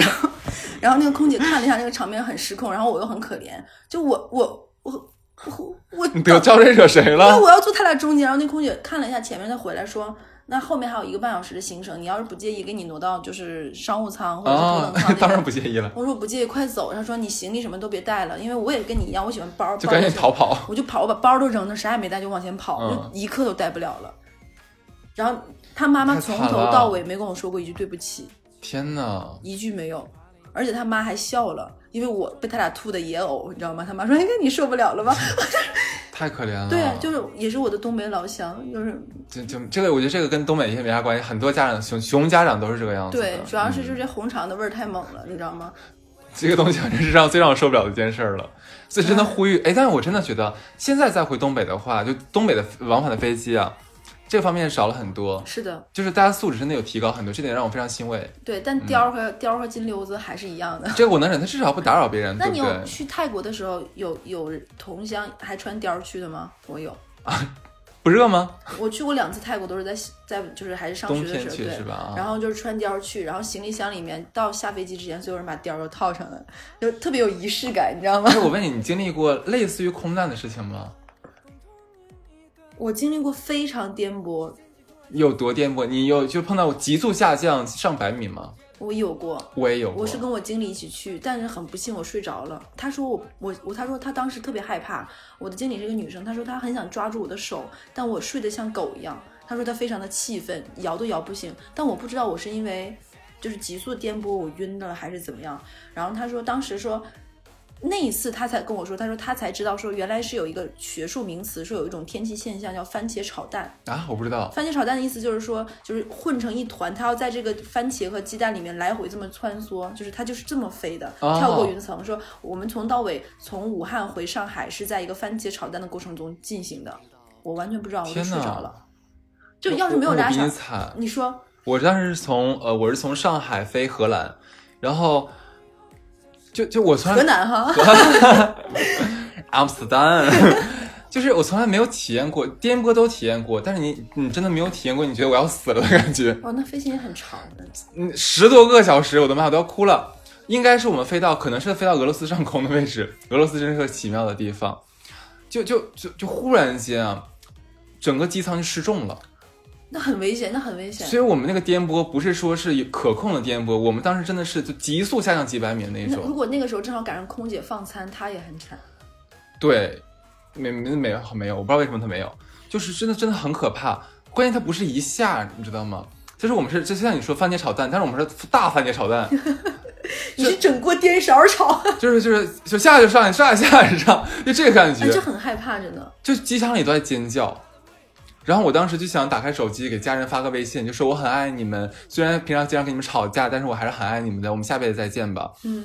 S2: 然后那个空姐看了一下那个场面很失控，然后我又很可怜，就我我我我我
S1: 你得招谁惹谁
S2: 因为
S1: 了？
S2: 我要坐他俩中间，然后那空姐看了一下前面，她回来说。那后面还有一个半小时的行程，你要是不介意，给你挪到就是商务舱或者是头
S1: 啊
S2: 等舱、那，
S1: 当然
S2: 种
S1: 不介意了，
S2: 我说我不介意，快走。她说你行李什么都别带了，因为我也跟你一样，我喜欢包，
S1: 就赶紧
S2: 包是
S1: 逃跑。
S2: 我就跑，我把包都扔那，啥也没带就往前跑，
S1: 嗯
S2: 就一刻都带不了了。然后他妈妈
S1: 太
S2: 从
S1: 惨
S2: 头
S1: 了
S2: 到尾没跟我说过一句对不起，
S1: 天哪！
S2: 一句没有，而且他妈还笑了，因为我被他俩吐的也呕，你知道吗？他妈说：“哎，你受不了了吧？”
S1: 太可怜了。
S2: 对，啊就是也是我的东北老乡，就是
S1: 这就这个，我觉得这个跟东北也没啥关系，很多家长熊熊家长都是这个样子的。
S2: 对，主要是
S1: 嗯
S2: 就是这红肠的味儿太猛了，你知道吗？
S1: 这个东西，反正是让最让我受不了的一件事儿了。所以真的呼吁，哎，但是我真的觉得现在再回东北的话，就东北的往返的飞机啊，这方面少了很多，
S2: 是的，
S1: 就是大家素质真的有提高很多，这点让我非常欣慰。
S2: 对，但貂儿和貂儿和金溜子还是一 样的。
S1: 这个我能忍，他至少不打扰别人，
S2: 那你
S1: 对不对
S2: 有？去泰国的时候，有有同乡还穿貂儿去的吗？我有，
S1: 不热吗？
S2: 我去过两次泰国，都是在在就是还是上
S1: 冬
S2: 学的
S1: 天
S2: 时候，
S1: 去
S2: 对
S1: 是。吧？啊，
S2: 然后就是穿貂儿去，然后行李箱里面到下飞机之前，所有人把貂儿都套上了，就特别有仪式感，你知道吗？
S1: 哎，我问你，你经历过类似于空难的事情吗？
S2: 我经历过非常颠簸，
S1: 有多颠簸？你有就碰到急速下降上百米吗？
S2: 我有过，
S1: 我也有过。
S2: 我是跟我经理一起去，但是很不幸我睡着了。他说我我我，他说他当时特别害怕。我的经理是个女生，她说她很想抓住我的手，但我睡得像狗一样。她说她非常的气愤，摇都摇不醒。但我不知道我是因为就是急速颠簸我晕了还是怎么样。然后她说当时说。那一次，她才跟我说，她说她才知道，说原来是有一个学术名词，说有一种天气现象叫番茄炒蛋。
S1: 啊，我不知道。
S2: 番茄炒蛋的意思就是说，就是混成一团，它要在这个番茄和鸡蛋里面来回这么穿梭，就是它就是这么飞的，
S1: 哦
S2: 跳过云层。说我们从到尾从武汉回上海是在一个番茄炒蛋的过程中进行的，我完全不知道，我就
S1: 天
S2: 睡
S1: 哪
S2: 着了。就要是没有
S1: 我
S2: 拉
S1: 我比
S2: 上
S1: 你，惨。
S2: 你说
S1: 我当时是从呃，我是从上海飞荷兰，然后就就我从来
S2: 河南哈，
S1: 阿姆斯特丹， 就是我从来没有体验过颠簸都体验过，但是你你真的没有体验过，你觉得我要死了的感觉。
S2: 哦，那飞行也很长的，
S1: 嗯，十多个小时，我的妈，我都要哭了。应该是我们飞到，可能是飞到俄罗斯上空的位置。俄罗斯真是个奇妙的地方，就就就就忽然间啊，整个机舱就失重了。
S2: 那很危险，那很危险。
S1: 所以我们那个颠簸不是说是可控的颠簸，我们当时真的是就急速下降几百米的那
S2: 那如
S1: 种。
S2: 果那个时候正好赶上空姐放餐，她也很惨。
S1: 对，没没没有没有，我不知道为什么它没有，就是真的真的很可怕。关键它不是一下，你知道吗？就是我们是就像你说番茄炒蛋，但是我们是大番茄炒蛋，
S2: 你是整锅颠勺炒，
S1: 就是就是就下就上，上下就上，就这个感
S2: 哎，这
S1: 觉，
S2: 很害怕着呢。
S1: 就机场里都在尖叫。然后我当时就想打开手机给家人发个微信，就说我很爱你们，虽然平常经常跟你们吵架，但是我还是很爱你们的，我们下辈子再见吧。
S2: 嗯，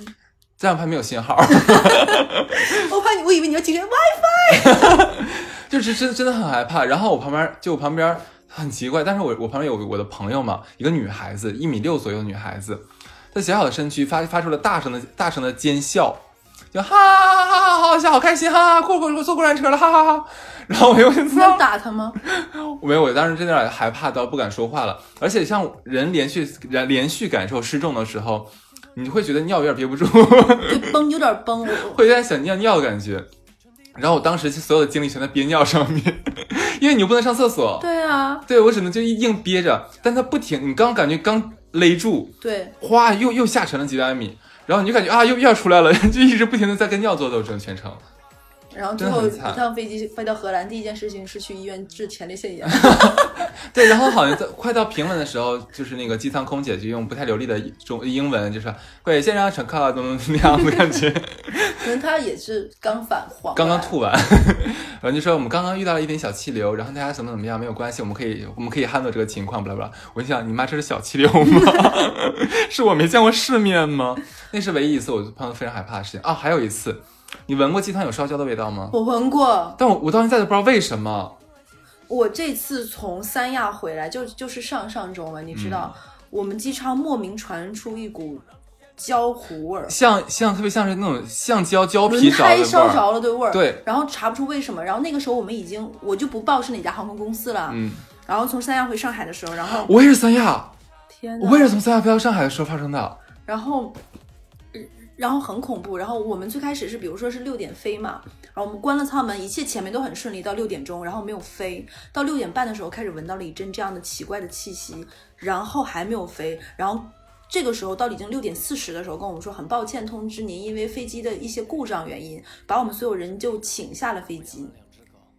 S1: 这两拍没有信号，
S2: 我怕你，我以为你要提前哇，
S1: 就是真真的很害怕。然后我旁边就我旁边很奇怪，但是我我旁边有我的朋友嘛，一个女孩子，一米六左右的女孩子，她小小的身躯发发出了大声的大声的尖笑，就哈哈哈哈哈哈笑，好开心哈哈，过过坐过山车了哈哈哈。然后我又
S2: 你要打他吗？
S1: 没有，我当时真的害怕到不敢说话了。而且像人连续人连续感受失重的时候，你会觉得尿有点憋不住，
S2: 对，崩有点崩，我
S1: 会有点想尿尿的感觉。然后我当时所有的精力全在憋尿上面， 因为你又不能上厕所，
S2: 对啊，
S1: 对我只能就硬憋着。但它不停，你刚感觉刚勒住，
S2: 对，
S1: 哗又又下沉了几百米，然后你就感觉啊又又要出来了， 就一直不停的在跟尿做斗争全程。
S2: 然后最
S1: 真的
S2: 后
S1: 很
S2: 一
S1: 惨
S2: 趟飞机飞到荷兰，第一件事情是去医院治前列腺炎，
S1: 对，然后好像在快到平稳的时候，就是那个机舱空姐就用不太流利的中英文，就说“各位先生乘客怎么怎么样”的感觉。
S2: 可能他也是刚返黄，
S1: 刚刚，吐完， 然后就说我们刚刚遇到了一点小气流，然后大家怎么怎么样没有关系，我们可以我们可以 handle 这个情况，巴拉巴拉。我就想，你妈这是小气流吗？ 是我没见过世面吗？那是唯一一次我碰到非常害怕的事情啊！还有一次，你闻过鸡汤有烧焦的味道吗？
S2: 我闻过，
S1: 但我我到现在都不知道为什么。
S2: 我这次从三亚回来，就就是上上周嘛，你知道，
S1: 嗯
S2: 我们机舱莫名传出一股焦糊味儿，
S1: 像像特别像是那种橡胶胶
S2: 轮
S1: 皮着
S2: 胎
S1: 的味
S2: 烧
S1: 儿，
S2: 着了的味儿，
S1: 对，
S2: 然后查不出为什么，然后那个时候我们已经我就不报是哪家航空公司了，
S1: 嗯，
S2: 然后从三亚回上海的时候，然后
S1: 我也是三亚，
S2: 天哪，
S1: 我也是从三亚飞到上海的时候发生的。
S2: 然后，嗯然后很恐怖。然后我们最开始是，比如说是六点飞嘛，然后我们关了舱门，一切前面都很顺利，到六点钟，然后没有飞，到六点半的时候开始闻到了一阵这样的奇怪的气息，然后还没有飞，然后。这个时候到了已经六点四十的时候，跟我们说很抱歉通知您，因为飞机的一些故障原因，把我们所有人就请下了飞机。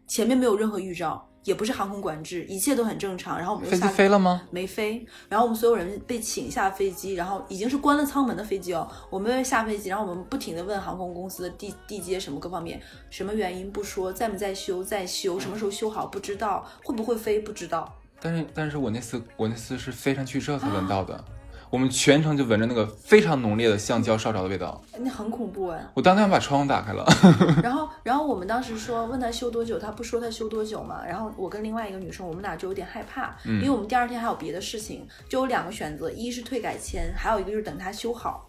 S2: 前面没有任何预兆，也不是航空管制，一切都很正常。然后我们就
S1: 飞
S2: 下
S1: 机飞了吗？
S2: 没飞，然后我们所有人被请下飞机，然后已经是关了舱门的飞机哦，我们被下飞机，然后我们不停的问航空公司的地地接什么各方面，什么原因不说，在没在修，在修，什么时候修好不知道，会不会飞不知道，
S1: 但是但是我那次我那次是飞上去之后才闻到的。我们全程就闻着那个非常浓烈的橡胶烧着的味道。
S2: 那很恐怖哎。
S1: 我当天把窗户打开了，
S2: 然后，然后我们当时说问他修多久，他不说他修多久嘛。然后我跟另外一个女生，我们俩就有点害怕，因为我们第二天还有别的事情，就有两个选择，一是退改签，还有一个就是等他修好。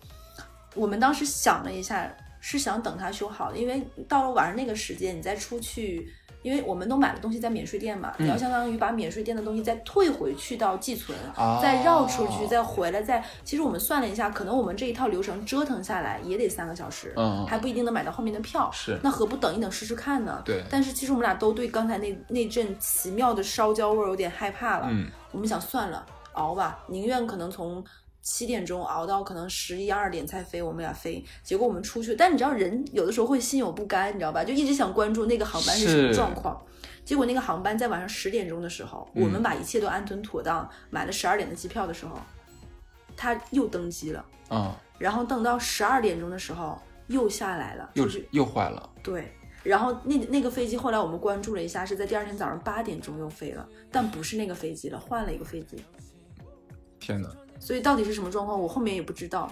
S2: 我们当时想了一下，是想等他修好的，因为到了晚上那个时间，你再出去。因为我们都买了东西在免税店嘛，你要相当于把免税店的东西再退回去到寄存，
S1: 哦
S2: 再绕出去，再回来，再其实我们算了一下，可能我们这一套流程折腾下来也得三个小时，
S1: 嗯
S2: 还不一定能买到后面的票。
S1: 是
S2: 那何不等一等试试看呢？
S1: 对
S2: 但是其实我们俩都对刚才那那阵奇妙的烧焦味儿有点害怕了。
S1: 嗯，
S2: 我们想算了，熬吧，宁愿可能从。七点钟熬到可能十一二点才飞，我们俩飞，结果我们出去，但你知道人有的时候会心有不甘，你知道吧？就一直想关注那个航班是什么
S1: 是
S2: 状况。结果那个航班在晚上十点钟的时候，我们把一切都安顿妥当，买了十二点的机票的时候，他又登机了，
S1: 嗯，
S2: 然后等到十二点钟的时候又下来了，
S1: 又
S2: 就是
S1: 又坏了，
S2: 对，然后那那个飞机后来我们关注了一下，是在第二天早上八点钟又飞了，但不是那个飞机了，换了一个飞机。
S1: 天哪！
S2: 所以到底是什么状况，我后面也不知道。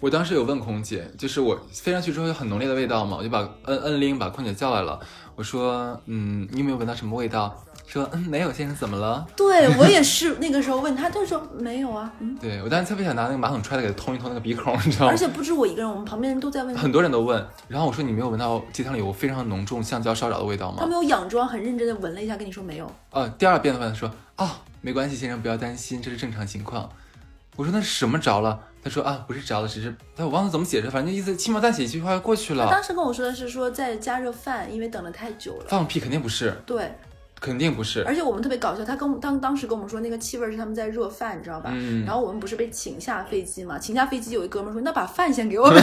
S1: 我当时有问空姐，就是我飞上去之后有很浓烈的味道嘛，我就把摁摁铃把空姐叫来了，我说，嗯，你有没有闻到什么味道？说，嗯，没有，先生，怎么了？
S2: 对我也是那个时候问他，他就说没有啊，嗯，
S1: 对我当时特别想拿那个马桶揣子给他通一通那个鼻孔，你知道吗
S2: 而？且不止我一个人，我们旁边人都在问，
S1: 很多人都问，然后我说你没有闻到机舱里有非常浓重橡胶烧着的味道
S2: 他
S1: 吗
S2: 没？有佯装很认真的闻了一下，跟你说没有。
S1: 呃，第二遍的问说啊，没关系，先生不要担心，这是正常情况。我说那是什么着了？他说啊，不是着了，只是他我忘了怎么解释，反正意思轻描淡写一句话就过去
S2: 他
S1: 了
S2: 啊当。时跟我说的是说在加热饭，因为等了太久了。
S1: 放屁，肯定不是，
S2: 对，
S1: 肯定不 是。
S2: 而且我们特别搞笑，他跟我们当当时跟我们说那个气味是他们在热饭，你知道吧？
S1: 嗯
S2: 然后我们不是被请下飞机嘛？请下飞机有一哥们儿说：“那把饭先给我们。”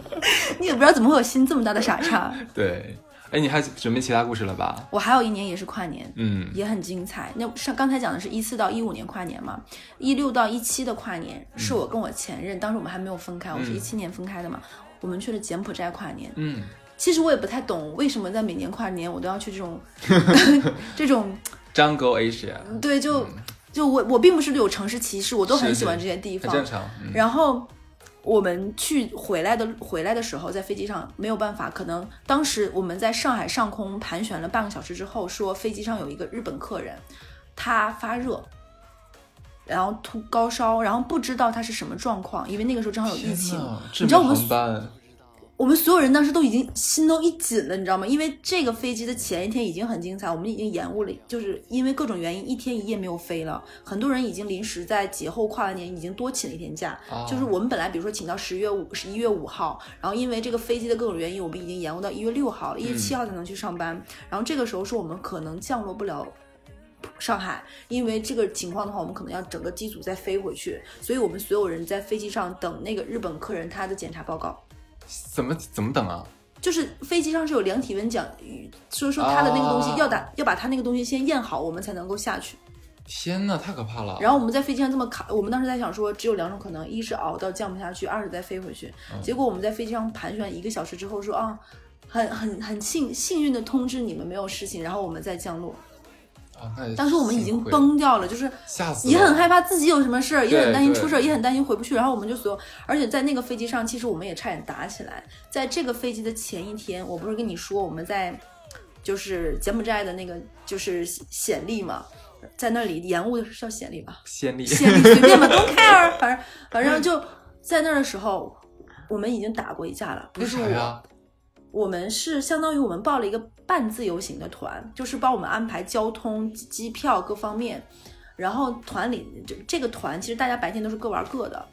S2: 你也不知道怎么会有心这么大的傻叉。
S1: 对，哎，你还准备其他故事了吧？
S2: 我还有一年也是跨年，
S1: 嗯
S2: 也很精彩。那上刚才讲的是一四到一五年跨年嘛，一六到一七的跨年是我跟我前任，当时我们还没有分开，我是
S1: 嗯
S2: 一七年分开的嘛。我们去了柬埔寨跨年，
S1: 嗯，
S2: 其实我也不太懂为什么在每年跨年我都要去 这种 这种
S1: 张 u Asia
S2: 对，就就我我并不是有城市歧视，我都
S1: 嗯
S2: 很
S1: 是
S2: 喜欢
S1: 是
S2: 这些地
S1: 很
S2: 方。
S1: 正常。嗯
S2: 然后我们去回来的回来的时候，在飞机上没有办法，可能当时我们在上海上空盘旋了半个小时之后，说飞机上有一个日本客人，他发热。然后突高烧，然后不知道他是什么状况，因为那个时候正好有疫情
S1: 天哪，
S2: 你
S1: 智
S2: 知道我
S1: 明
S2: 们
S1: 航班，
S2: 我们所有人当时都已经心都一紧了，你知道吗？因为这个飞机的前一天已经很精彩，我们已经延误了，就是因为各种原因一天一夜没有飞了。很多人已经临时在节后跨完年已经多请了一天假，
S1: 哦
S2: 就是我们本来比如说请到十月五、十一月五号，然后因为这个飞机的各种原因，我们已经延误到一月六号了，一月七号才能去上班。然后这个时候说我们可能降落不了上海，因为这个情况的话，我们可能要整个机组再飞回去，所以我们所有人在飞机上等那个日本客人他的检查报告。
S1: 怎么怎么等啊？
S2: 就是飞机上是有量体温讲，所以说他的那个东西
S1: 啊
S2: 要打、要把他那个东西先验好，我们才能够下去。
S1: 天哪，太可怕了！
S2: 然后我们在飞机上这么卡，我们当时在想说，只有两种可能：一是熬到降不下去，二是再飞回去。结果我们在飞机上盘旋一个小时之后说啊，很很很幸幸运的通知你们没有事情，然后我们再降落。
S1: 啊那也
S2: 当时我们已经
S1: 幸亏，
S2: 崩掉了，就是
S1: 吓死我
S2: 也
S1: 了
S2: 很害怕自己有什么事儿，也很
S1: 对
S2: 担心
S1: 对
S2: 出事儿，也很担心回不去。然后我们就所有，而且在那个飞机上，其实我们也差点打起来。在这个飞机的前一天，我不是跟你说我们在就是柬埔寨的那个就是暹粒嘛，在那里延误的是叫 暹粒吧？
S1: 先例。
S2: 先你随便吧，don't care，反正反 正就在那儿的时候，我们已经打过一架了，不
S1: 为
S2: 是
S1: 啥
S2: 我，
S1: 呀？
S2: 我们是相当于我们报了一个半自由行的团，就是帮我们安排交通、机机票各方面。然后团里这这个团其实大家白天都是各玩各的，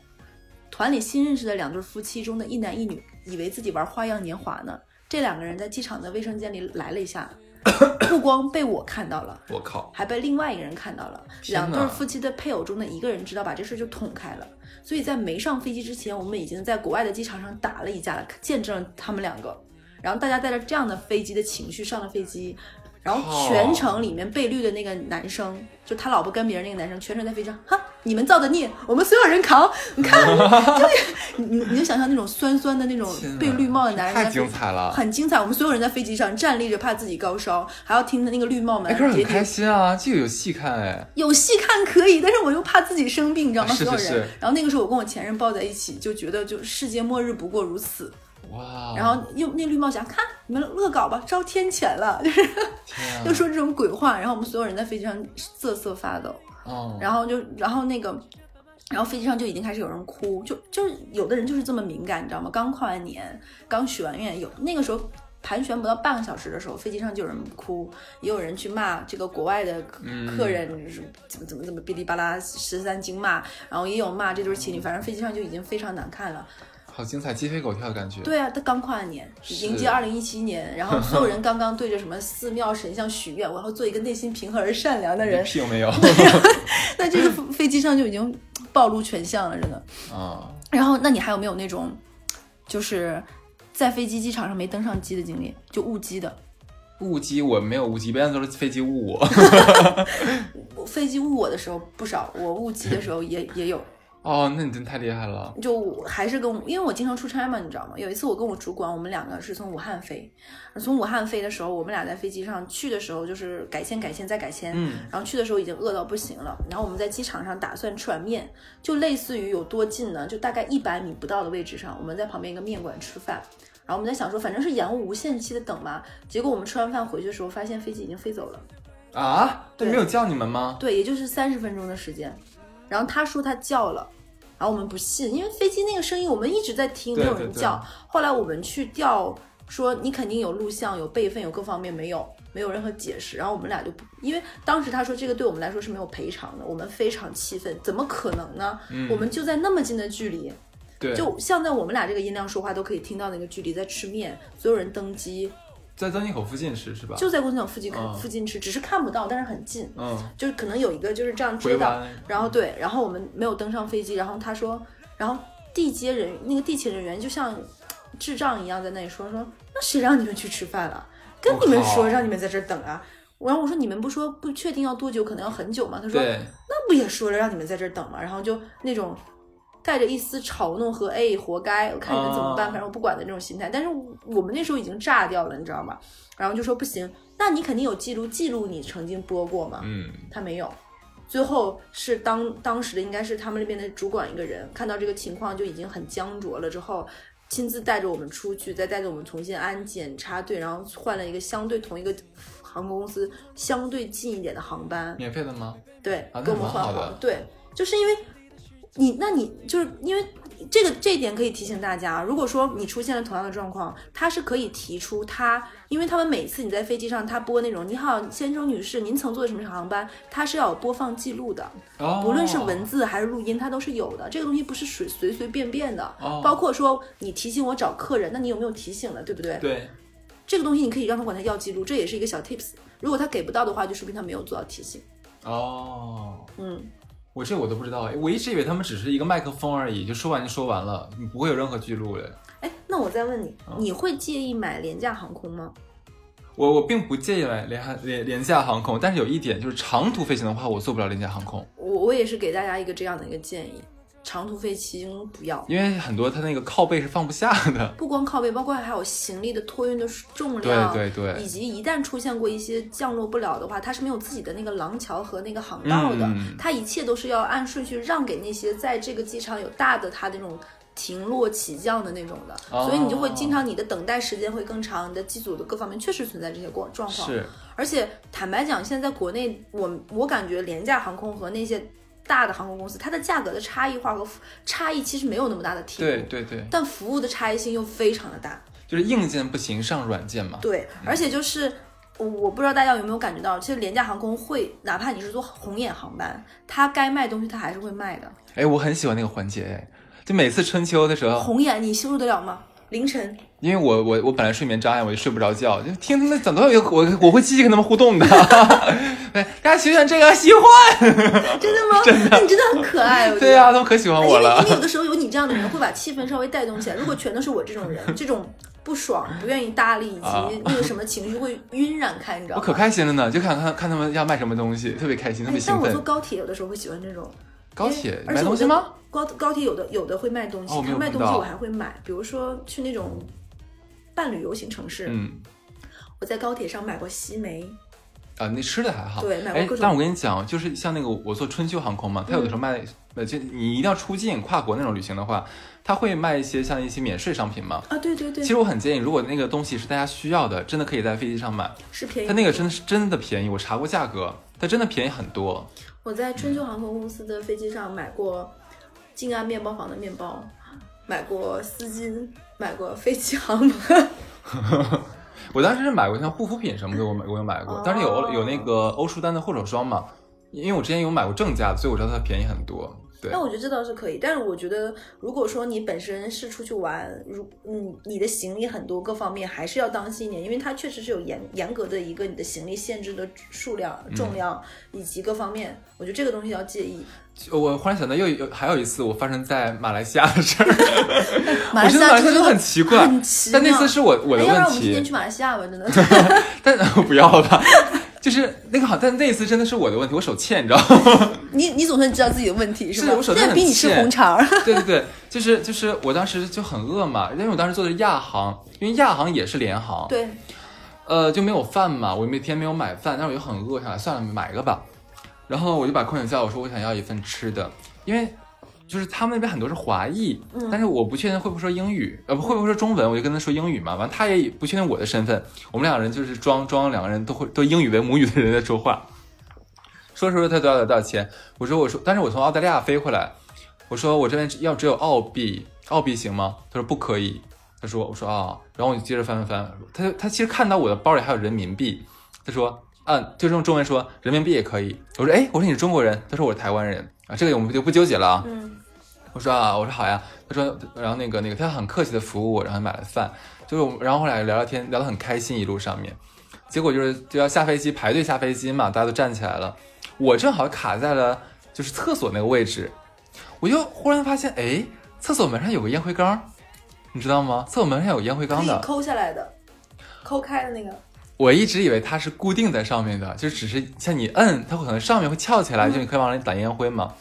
S2: 团里新认识的两对夫妻中的一男一女，以为自己玩花样年华呢。这两个人在机场的卫生间里来了一下， 不光被我看到了，
S1: 我靠！
S2: 还被另外一个人看到了。
S1: 天哪
S2: 两对夫妻的配偶中的一个人知道，把这事就捅开了。所以在没上飞机之前，我们已经在国外的机场上打了一架了，见证了他们两个。然后大家带着这样的飞机的情绪上了飞机，然后全程里面被绿的那个男生，就他老婆跟别人那个男生，全程在飞机上，哈，你们造的孽，我们所有人扛。你看， 就你你就想象那种酸酸的那种
S1: 天哪
S2: 被绿帽的男人，
S1: 太精彩了
S2: 很精彩。我们所有人在飞机上站立着，怕自己高烧，还要听着那个绿帽
S1: 哎，
S2: 男
S1: 可是
S2: 喋
S1: 很开
S2: 喋。
S1: 心啊，这个有戏看哎，
S2: 有戏看可以，但是我又怕自己生病，你知道吗？
S1: 啊是
S2: 所有
S1: 是
S2: 人。
S1: 是
S2: 然后那个时候我跟我前任抱在一起，就觉得就世界末日不过如此。
S1: 哦哇！
S2: 然后用那绿帽侠看你们恶搞吧，招天谴了，就是
S1: 天啊
S2: 又说这种鬼话，然后我们所有人在飞机上瑟瑟发抖，
S1: 嗯，
S2: 然后就然后那个。然后飞机上就已经开始有人哭，就就是有的人就是这么敏感，你知道吗？刚跨完年，刚许完愿，有那个时候盘旋不到半个小时的时候，飞机上就有人哭，也有人去骂这个国外的客
S1: 嗯
S2: 客人、就是怎么怎么怎么哔哩吧啦十三经骂，然后也有骂这对情侣，反正飞机上就已经非常难看了。
S1: 好精彩，鸡飞狗跳的感觉。
S2: 对啊，他刚跨完年，
S1: 是
S2: 迎接二零一七年，然 后所有人刚刚对着什么寺庙神像许愿，我要做一个内心平和而善良的
S1: 你
S2: 人，
S1: 屁有没 有？
S2: 那这个飞飞机上就已经暴露全相了，真的。
S1: 啊，
S2: 然后，那你还有没有那种，就是在飞机机场上没登上机的经历，就误机的？
S1: 误机我没有误机，别人都是飞机误我。
S2: 我飞机误我的时候不少，我误机的时候也也有，
S1: 哦，那你真太厉害了。
S2: 就我还是跟我，因为我经常出差嘛，你知道吗？有一次我跟我主管，我们两个是从武汉飞，从武汉飞的时候，我们俩在飞机上去的时候就是改签、改签再改签，
S1: 嗯，
S2: 然后去的时候已经饿到不行了，然后我们在机场上打算吃碗面，就类似于有多近呢？就大概一百米不到的位置上，我们在旁边一个面馆吃饭。然后我们在想说，反正是延误无限期的等嘛。结果我们吃完饭回去的时候，发现飞机已经飞走了。
S1: 啊，那
S2: 对
S1: 没有叫你们吗？
S2: 对，也就是三十分钟的时间。然后他说他叫了，然后我们不信，因为飞机那个声音我们一直在听，没
S1: 对
S2: 有
S1: 对
S2: 人
S1: 对
S2: 叫。后来我们去调，说你肯定有录像、有备份、有各方面，没有，没有任何解释。然后我们俩就不，因为当时他说这个对我们来说是没有赔偿的，我们非常气愤，怎么可能呢？
S1: 嗯
S2: 我们就在那么近的距离，
S1: 对，
S2: 就像在我们俩这个音量说话都可以听到那个距离，在吃面，所有人登机
S1: 在登机口附近吃是吧？
S2: 就在工厂附近、
S1: 嗯
S2: 附近吃，只是看不到，但是很近。
S1: 嗯，
S2: 就是可能有一个就是这样
S1: 回
S2: 追导，
S1: 湾
S2: 然后对，然后我们没有登上飞机，然后他说，然后地接人那个地勤人员就像智障一样在那里说说，那谁让你们去吃饭了？跟你们
S1: 我靠
S2: 说让你们在这儿等啊。然后我说你们不说不确定要多久，可能要很久吗？他说
S1: 对，
S2: 那不也说了让你们在这儿等吗？然后就那种带着一丝嘲弄和哎活该，我看你们怎么办，
S1: 啊
S2: 反正我不管的那种心态。但是我们那时候已经炸掉了，你知道吗？然后就说不行，那你肯定有记录，记录你曾经播过嘛。
S1: 嗯，
S2: 他没有。最后是当当时的应该是他们那边的主管一个人看到这个情况就已经很僵着了，之后亲自带着我们出去，再带着我们重新安检插队，然后换了一个相对同一个航空公司相对近一点的航班，
S1: 免费的吗？
S2: 对，
S1: 啊那
S2: 跟我
S1: 蛮
S2: 们换
S1: 好
S2: 好
S1: 的
S2: 了。对，就是因为你，那你就是因为这个这一点可以提醒大家，如果说你出现了同样的状况，他是可以提出他，因为他们每次你在飞机上，他播那种“你好，先生女士，您曾坐的什么航班”，它是要有播放记录的，
S1: 哦，
S2: 不论是文字还是录音，它都是有的。这个东西不是随随随便便的
S1: 哦，
S2: 包括说你提醒我找客人，那你有没有提醒了，对不对？
S1: 对，
S2: 这个东西你可以让他管他要记录，这也是一个小 tips。如果他给不到的话，就说明他没有做到提醒。
S1: 哦。
S2: 嗯。
S1: 我这我都不知道哎，我一直以为他们只是一个麦克风而已，就说完就说完了，你不会有任何记录的。
S2: 哎，那我再问你
S1: 啊，
S2: 你会介意买廉价航空吗？
S1: 我我并不介意买廉廉廉价航空，但是有一点就是长途飞行的话，我做不了廉价航空，
S2: 我我也是给大家一个这样的一个建议，长途飞行不要，
S1: 因为很多它那个靠背是放不下的。
S2: 不光靠背，包括还有行李的托运的重
S1: 对
S2: 量。
S1: 对
S2: 以
S1: 对，
S2: 及一旦出现过一些降落不了的话，它是没有自己的那个廊桥和那个航道的，
S1: 嗯
S2: 它一切都是要按顺序让给那些在这个机场有大的它那种停落起降的那种的，
S1: 哦
S2: 所以你就会经常你的等待时间会更长，你的机组的各方面确实存在这些过状况。
S1: 是
S2: 而且坦白讲，现在国内我我感觉廉价航空和那些大的航空公司，它的价格的差异化和服差异其实没有那么大的体
S1: 对
S2: 度，
S1: 对对，
S2: 但服务的差异性又非常的大。
S1: 就是硬件不行，上软件嘛。
S2: 对，而且就是。我我不知道大家有没有感觉到，其实廉价航空会，哪怕你是坐红眼航班，它该卖东西它还是会卖的。
S1: 哎，我很喜欢那个环节，哎，就每次春秋的时候，
S2: 红眼你受得了吗？凌晨
S1: 因为我我我本来睡眠障碍，我就睡不着觉，就听他们怎么都有我我会积极跟他们互动的。 哎，大家喜欢这个喜欢，
S2: 真的吗？那 你真的很可爱。我觉得
S1: 对啊呀、他们可喜欢
S2: 因
S1: 我
S2: 为
S1: 了
S2: 因为。有的时候有你这样的人会把气氛稍微带动起来。如果全都是我这种人，这种不爽、不愿意搭理，以
S1: 啊
S2: 及那个什么情绪会晕染开，你知道
S1: 我
S2: 吗？
S1: 可开心了呢，就看看看他们要卖什么东西，特别开心，特
S2: 哎
S1: 别兴
S2: 但我坐
S1: 奋。
S2: 高铁有的时候会喜欢这种
S1: 高
S2: 因为
S1: 铁
S2: 而
S1: 买
S2: 且我
S1: 东西
S2: 觉得
S1: 吗？
S2: 高高铁有的有的会卖东西，
S1: 哦我没有
S2: 它卖东
S1: 碰
S2: 西
S1: 到
S2: 我还会买，比如说去那种半旅游型城市，
S1: 嗯
S2: 我在高铁上买过西梅，
S1: 啊，那吃的还好。
S2: 对买过
S1: 哎
S2: 各，种嗯
S1: 但我跟你讲，就是像那个我坐春秋航空嘛，它有的时候卖，呃，就你一定要出境跨国那种旅行的话，它会卖一些像一些免税商品嘛。
S2: 啊，对对对
S1: 其，实我很建议，如果那个东西是大家需要的，真的可以在飞机上买。
S2: 是便宜。
S1: 它那个真的是真的便宜，我查过价格，它真的便宜很多。
S2: 我在春秋航空公司的飞机上买过静安面包房的面包，买过丝巾，买过飞机航母。
S1: 我当时是买过像护肤品什么的，我买我有买过
S2: 哦，
S1: 当时有有那个欧舒丹的护手霜嘛，因为我之前有买过正价的，所以我知道它便宜很多。对
S2: 那，我觉得这倒是可以，但是我觉得如果说你本身是出去玩，如嗯你的行李很多，各方面还是要当心一点，因为它确实是有严严格的一个你的行李限制的数量、
S1: 嗯
S2: 重量、以及各方面，我觉得这个东西要介意。
S1: 我忽然想到又有还有一次我发生在马来西亚的事儿，
S2: 马
S1: 我
S2: 来西
S1: 觉得马
S2: 亚
S1: 来西亚
S2: 真
S1: 就
S2: 的
S1: 很奇怪，
S2: 很奇妙
S1: 但那次是我我的
S2: 哎要不然
S1: 问
S2: 我们今天
S1: 题，
S2: 去马来西亚吧，真的。
S1: 但 不要吧，就是那个好，但那一次真的是我的问题，我手欠，你知道吗？
S2: 你你总算知道自己的问题
S1: 是我手真的
S2: 那比
S1: 很
S2: 你吃
S1: 欠
S2: 红肠 儿。
S1: 对对对，就是就是我当时就很饿嘛，因为我当时坐的是亚航，因为亚航也是联航，
S2: 对，
S1: 呃，就没有饭嘛，我每天没有买饭，但是我就很饿，想来算了，买一个吧。然后我就把空姐叫，我说我想要一份吃的，因为就是他们那边很多是华裔，
S2: 嗯
S1: 但是我不确定会不会说英语，呃，不会不会说中文，我就跟他说英语嘛。完，他也不确定我的身份，我们两个人就是装装两个人都会都英语为母语的人在说话。说说他多少多少钱？我说我说，但是我从澳大利亚飞回来，我说我这边只要只有澳币，澳币行吗？他说不可以。他说我说啊，然后我就接着翻翻翻，他就他其实看到我的包里还有人民币，他说啊，就用中文说人民币也可以。我说哎，我说你是中国人，他说我是台湾人啊，这个我们就不纠结了啊。
S2: 嗯，
S1: 我说啊，我说好呀。他说，然后那个那个，他很客气的服务我，然后买了饭，就是我们然后后来聊聊天，聊得很开心，一路上面，结果就是就要下飞机排队下飞机嘛，大家都站起来了，我正好卡在了就是厕所那个位置，我就忽然发现，哎，厕所门上有个烟灰缸，你知道吗？厕所门上有烟灰
S2: 可
S1: 缸
S2: 以
S1: 的，
S2: 抠下来的，抠开的那个。
S1: 我一直以为它是固定在上面的，就只是像你摁，它会可能上面会翘起来，
S2: 嗯
S1: 就你可以往里打烟灰嘛。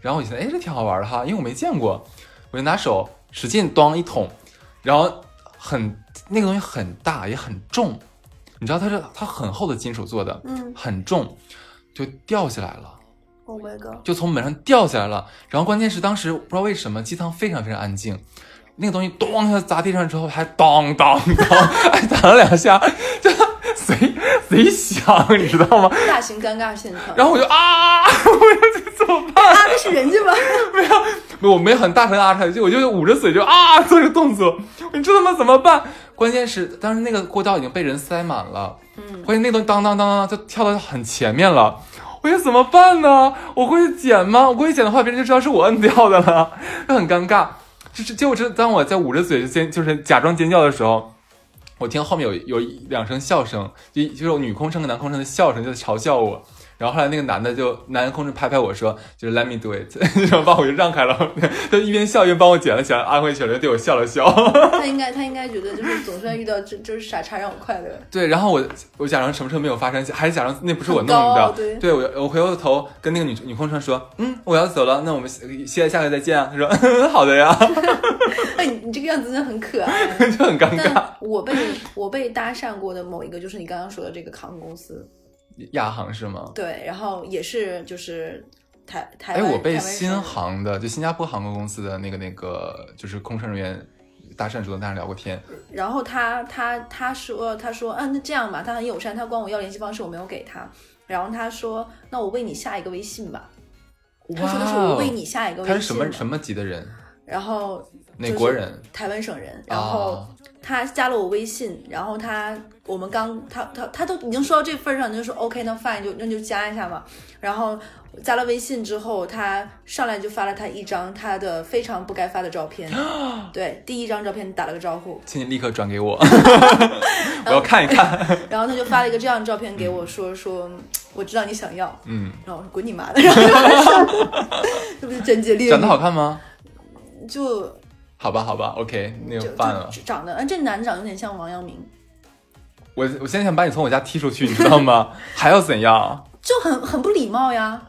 S1: 然后我就觉得，哎，这挺好玩的哈，因为我没见过，我就拿手使劲咣一捅，然后很那个东西很大也很重，你知道它是它很厚的金属做的，
S2: 嗯
S1: 很重，就掉下来了，
S2: ，Oh my god！
S1: 就从门上掉下来了。然后关键是当时不知道为什么机舱非常非常安静，那个东西咚一下砸地上之后还当当当， 哎打了两下，就 贼贼响，你知道吗？
S2: 大型尴尬现场。
S1: 然后我就啊，我就怎么办？
S2: 啊，那是人家吗？
S1: 我没很大声啊出来，就我就捂着嘴就啊 做这个动作，你这他妈怎么办？关键是当时那个过道已经被人塞满了，
S2: 嗯，
S1: 关键那东西当当当当就跳到很前面了，我也怎么办呢？我过去捡吗？我过去捡的话，别人就知道是我摁掉的了，就很尴尬。就是结果这当我在捂着嘴尖就是假装尖叫的时候，我听后面有有一两声笑声，就就是有女空乘和男空乘的笑声，就在嘲笑我。然后后来那个男的就男空乘拍拍我说，就是 Let me do it，然 后把我就让开了。他一边笑一边帮我捡了起来，安慰起来，对我笑了笑。
S2: 他应该他应该觉得就是总算遇到这 就是傻叉让我快乐。
S1: 对，然后我我假装什么事没有发生，还是假装那不是我弄
S2: 很高傲啊
S1: 的。
S2: 对
S1: 我我回过头跟那个女女空乘说，嗯，我要走了，那我们下下下回再见啊。她说， 嗯，好的呀，
S2: 哎，你你这个样子真的很可爱。
S1: 就很尴尬。
S2: 但我被我被搭讪过的某一个就是你刚刚说的这个航空公司，
S1: 亚航是吗？
S2: 对，然后也是就是台台
S1: 哎，
S2: 湾。
S1: 我被
S2: 台湾
S1: 新
S2: 人
S1: 航的，就新加坡航空公司的那个那个，就是空乘人员搭讪主动搭讪聊过天，
S2: 然后他他他说他说啊，那这样吧，他很友善，他管我要联系方式，我没有给他。然后他说，那我为你下一个微信吧。他说的是
S1: 哇
S2: 我
S1: 哦
S2: 为你下一个微
S1: 他
S2: 信吧。
S1: 是什么什么级的人？
S2: 然后
S1: 哪国人？啊
S2: 台湾省人。然
S1: 哦
S2: 后他加了我微信，然后他我们刚他他他都已经说到这份儿上，你就说 OK，那 fine 就那就加一下嘛。然后加了微信之后，他上来就发了他一张他的非常不该发的照片。 对，第一张照片打了个招呼，
S1: 请你立刻转给 我，我要看一看。
S2: 然后他就发了一个这样的照片给我说，说我知道你想要，
S1: 嗯，
S2: 然后我说滚你 妈的，然后就完事儿了，这不是贞洁烈
S1: 长得
S2: 女？
S1: 好看吗？
S2: 就
S1: 好吧，好吧，OK，那
S2: 就
S1: 个犯了。
S2: 就长得，嗯，这男的长得有点像王阳明，
S1: 我我现在想把你从我家踢出去，你知道吗？还要怎样？
S2: 就很很不礼貌呀，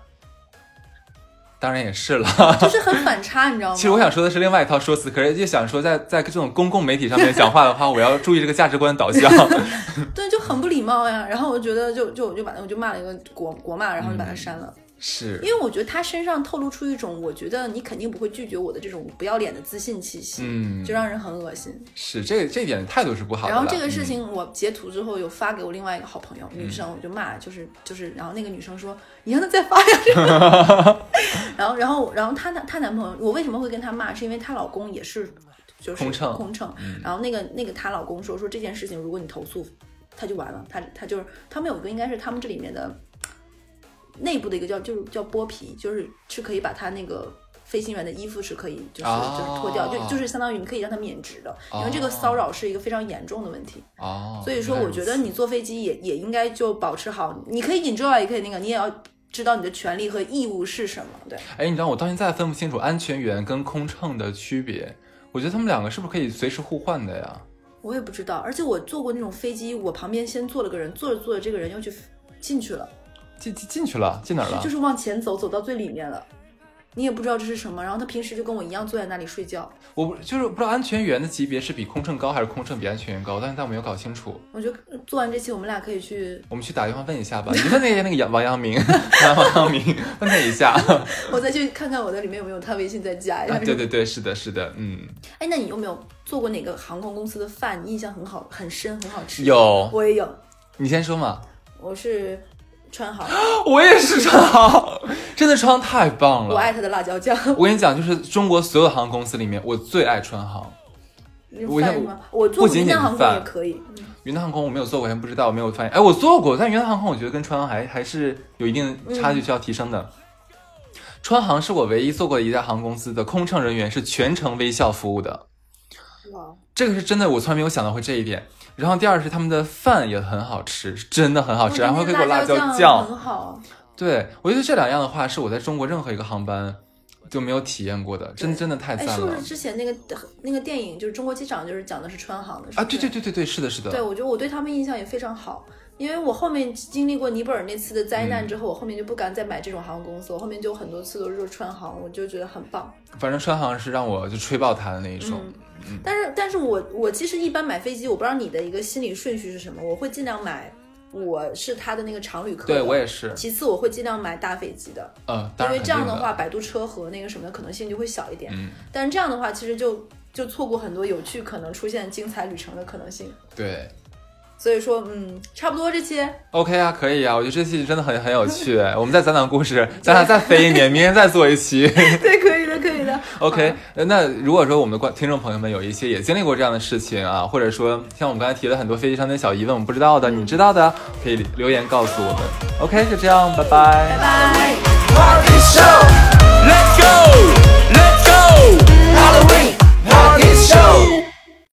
S1: 当然也是了。
S2: 就是很反差，你知道吗？
S1: 其实我想说的是另外一套说辞，可是就想说在在这种公共媒体上面讲话的话，我要注意这个价值观导 向。
S2: 对，就很不礼貌呀。然后我觉得就就我就把他我就骂了一个国国骂，然后就把他删了，
S1: 是
S2: 因，为我觉得他身上透露出一种我觉得你肯定不会拒绝我的这种不要脸的自信气息，
S1: 嗯
S2: 就，让人很恶心。
S1: 是这这一点态度是不好的了。
S2: 然后这个事
S1: 嗯
S2: 情我截图之后有发给我另外一个好朋友，女生，我就骂，就是就是，然后那个女生说你让她再发呀， 然后然后然后她男她男朋友，我为什么会跟她骂，是因为她老公也是就是
S1: 空乘嗯
S2: 空乘，然后那个那个她老公说说这件事情如果你投诉，他就完了，他他就是他们有一个应该是他们这里面的内部的一个叫就是叫剥皮，就是是可以把他那个。飞行员的衣服是可以，就是、就是脱掉，就
S1: 哦
S2: 就是相当于你可以让他免职的，因为这
S1: 哦
S2: 个骚扰是一个非常严重的问题。
S1: 哦，
S2: 所以说，我觉得你坐飞机也也应该就保持好，你可以 enjoy，也可以那个，你也要知道你的权利和义务是什么。对，
S1: 哎，你知道我到现在分不清楚安全员跟空乘的区别，我觉得他们两个是不是可以随时互换的呀？
S2: 我也不知道，而且我坐过那种飞机，我旁边先坐了个人，坐着坐着，这个人又去进去了，
S1: 进进进去了，进哪儿了？
S2: 就是往前走，走到最里面了。你也不知道这是什么，然后他平时就跟我一样坐在那里睡觉，
S1: 我不就是不知道安全员的级别是比空乘高还是空乘比安全员高，但是但我没有搞清楚。
S2: 我觉得呃做完这期我们俩可以去，
S1: 我们去打电话问一下吧。你问那个那个杨王阳明， 王王阳明，问他一 下。
S2: 我再去看看我的里面有没有他微信再加一下。
S1: 啊，对对对，是的，是的，嗯，
S2: 哎，那你有没有做过哪个航空公司的饭，你印象很好、很深、很好吃？，
S1: 有，
S2: 我也 有，
S1: 你先说嘛。
S2: 我是 川航。
S1: 我也是超，真的超太棒
S2: 我爱
S1: 了。
S2: 他的辣椒酱。
S1: 我跟你讲，就是中国所有的航空公司里面，我最爱川航。我
S2: 饭
S1: 想
S2: 吗？我做
S1: 不
S2: 过
S1: 仅
S2: 云
S1: 仅
S2: 南
S1: 是
S2: 航空也
S1: 饭
S2: 可以。嗯
S1: 云南航空我没有坐过，还不知道，没有发现。哎，我坐过，但云南航空我觉得跟川航还还是有一定差距需要提升的。川航是我唯一坐过的一家航空公司的空乘人员是全程微笑服务的，
S2: 哇，
S1: 这个是真的，我从来没有想到会这一点。然后第二是他们的饭也很好吃，啊是真的很好吃，然后
S2: 那
S1: 会给我辣
S2: 哦辣
S1: 椒
S2: 酱
S1: 酱。
S2: 很好。
S1: 对我觉得这两样的话是我在中国任何一个航班就没有体验过的，真
S2: 对
S1: 真的太
S2: 哎，
S1: 赞
S2: 是不
S1: 了
S2: 是之前那个那个电影就是《中国机长》，就是讲的是川航的？是
S1: 啊！
S2: 不是
S1: 对对。对对对，是的，是的。
S2: 对，我觉得我对他们印象也非常好，因为我后面经历过尼泊尔那次的灾
S1: 嗯
S2: 难之后，我后面就不敢再买这种航空公司，我后面就有很多次都是说川航，我就觉得很棒。
S1: 反正川航是让我就吹爆它的那一种。
S2: 嗯但是，但是我我其实一般买飞机，我不知道你的一个心理顺序是什么，我会尽量买我是他的那个常旅客的，
S1: 对我也是，
S2: 其次我会尽量买大飞机的，
S1: 呃，当
S2: 因
S1: 然
S2: 为
S1: 肯
S2: 这样
S1: 定
S2: 的
S1: 的
S2: 话，摆渡车和那个什么的可能性就会小一点。
S1: 嗯，
S2: 但是这样的话，其实就就错过很多有趣可能出现精彩旅程的可能性。
S1: 对
S2: 所以说，嗯，差不多这些。
S1: ，OK 啊，可以啊，我觉得这期真的很很有趣。我们再讲讲故事，咱俩再飞一年，明天再做一期。
S2: 对，可以的，可以的。
S1: OK，
S2: 好
S1: 呃那如果说我们的观听众朋友们有一些也经历过这样的事情啊，或者说像我们刚才提了很多飞机上的小疑问，我们不知道的，你知道的，可以留言告诉我们。OK，就这样，拜拜
S2: 拜拜。
S1: Let's go。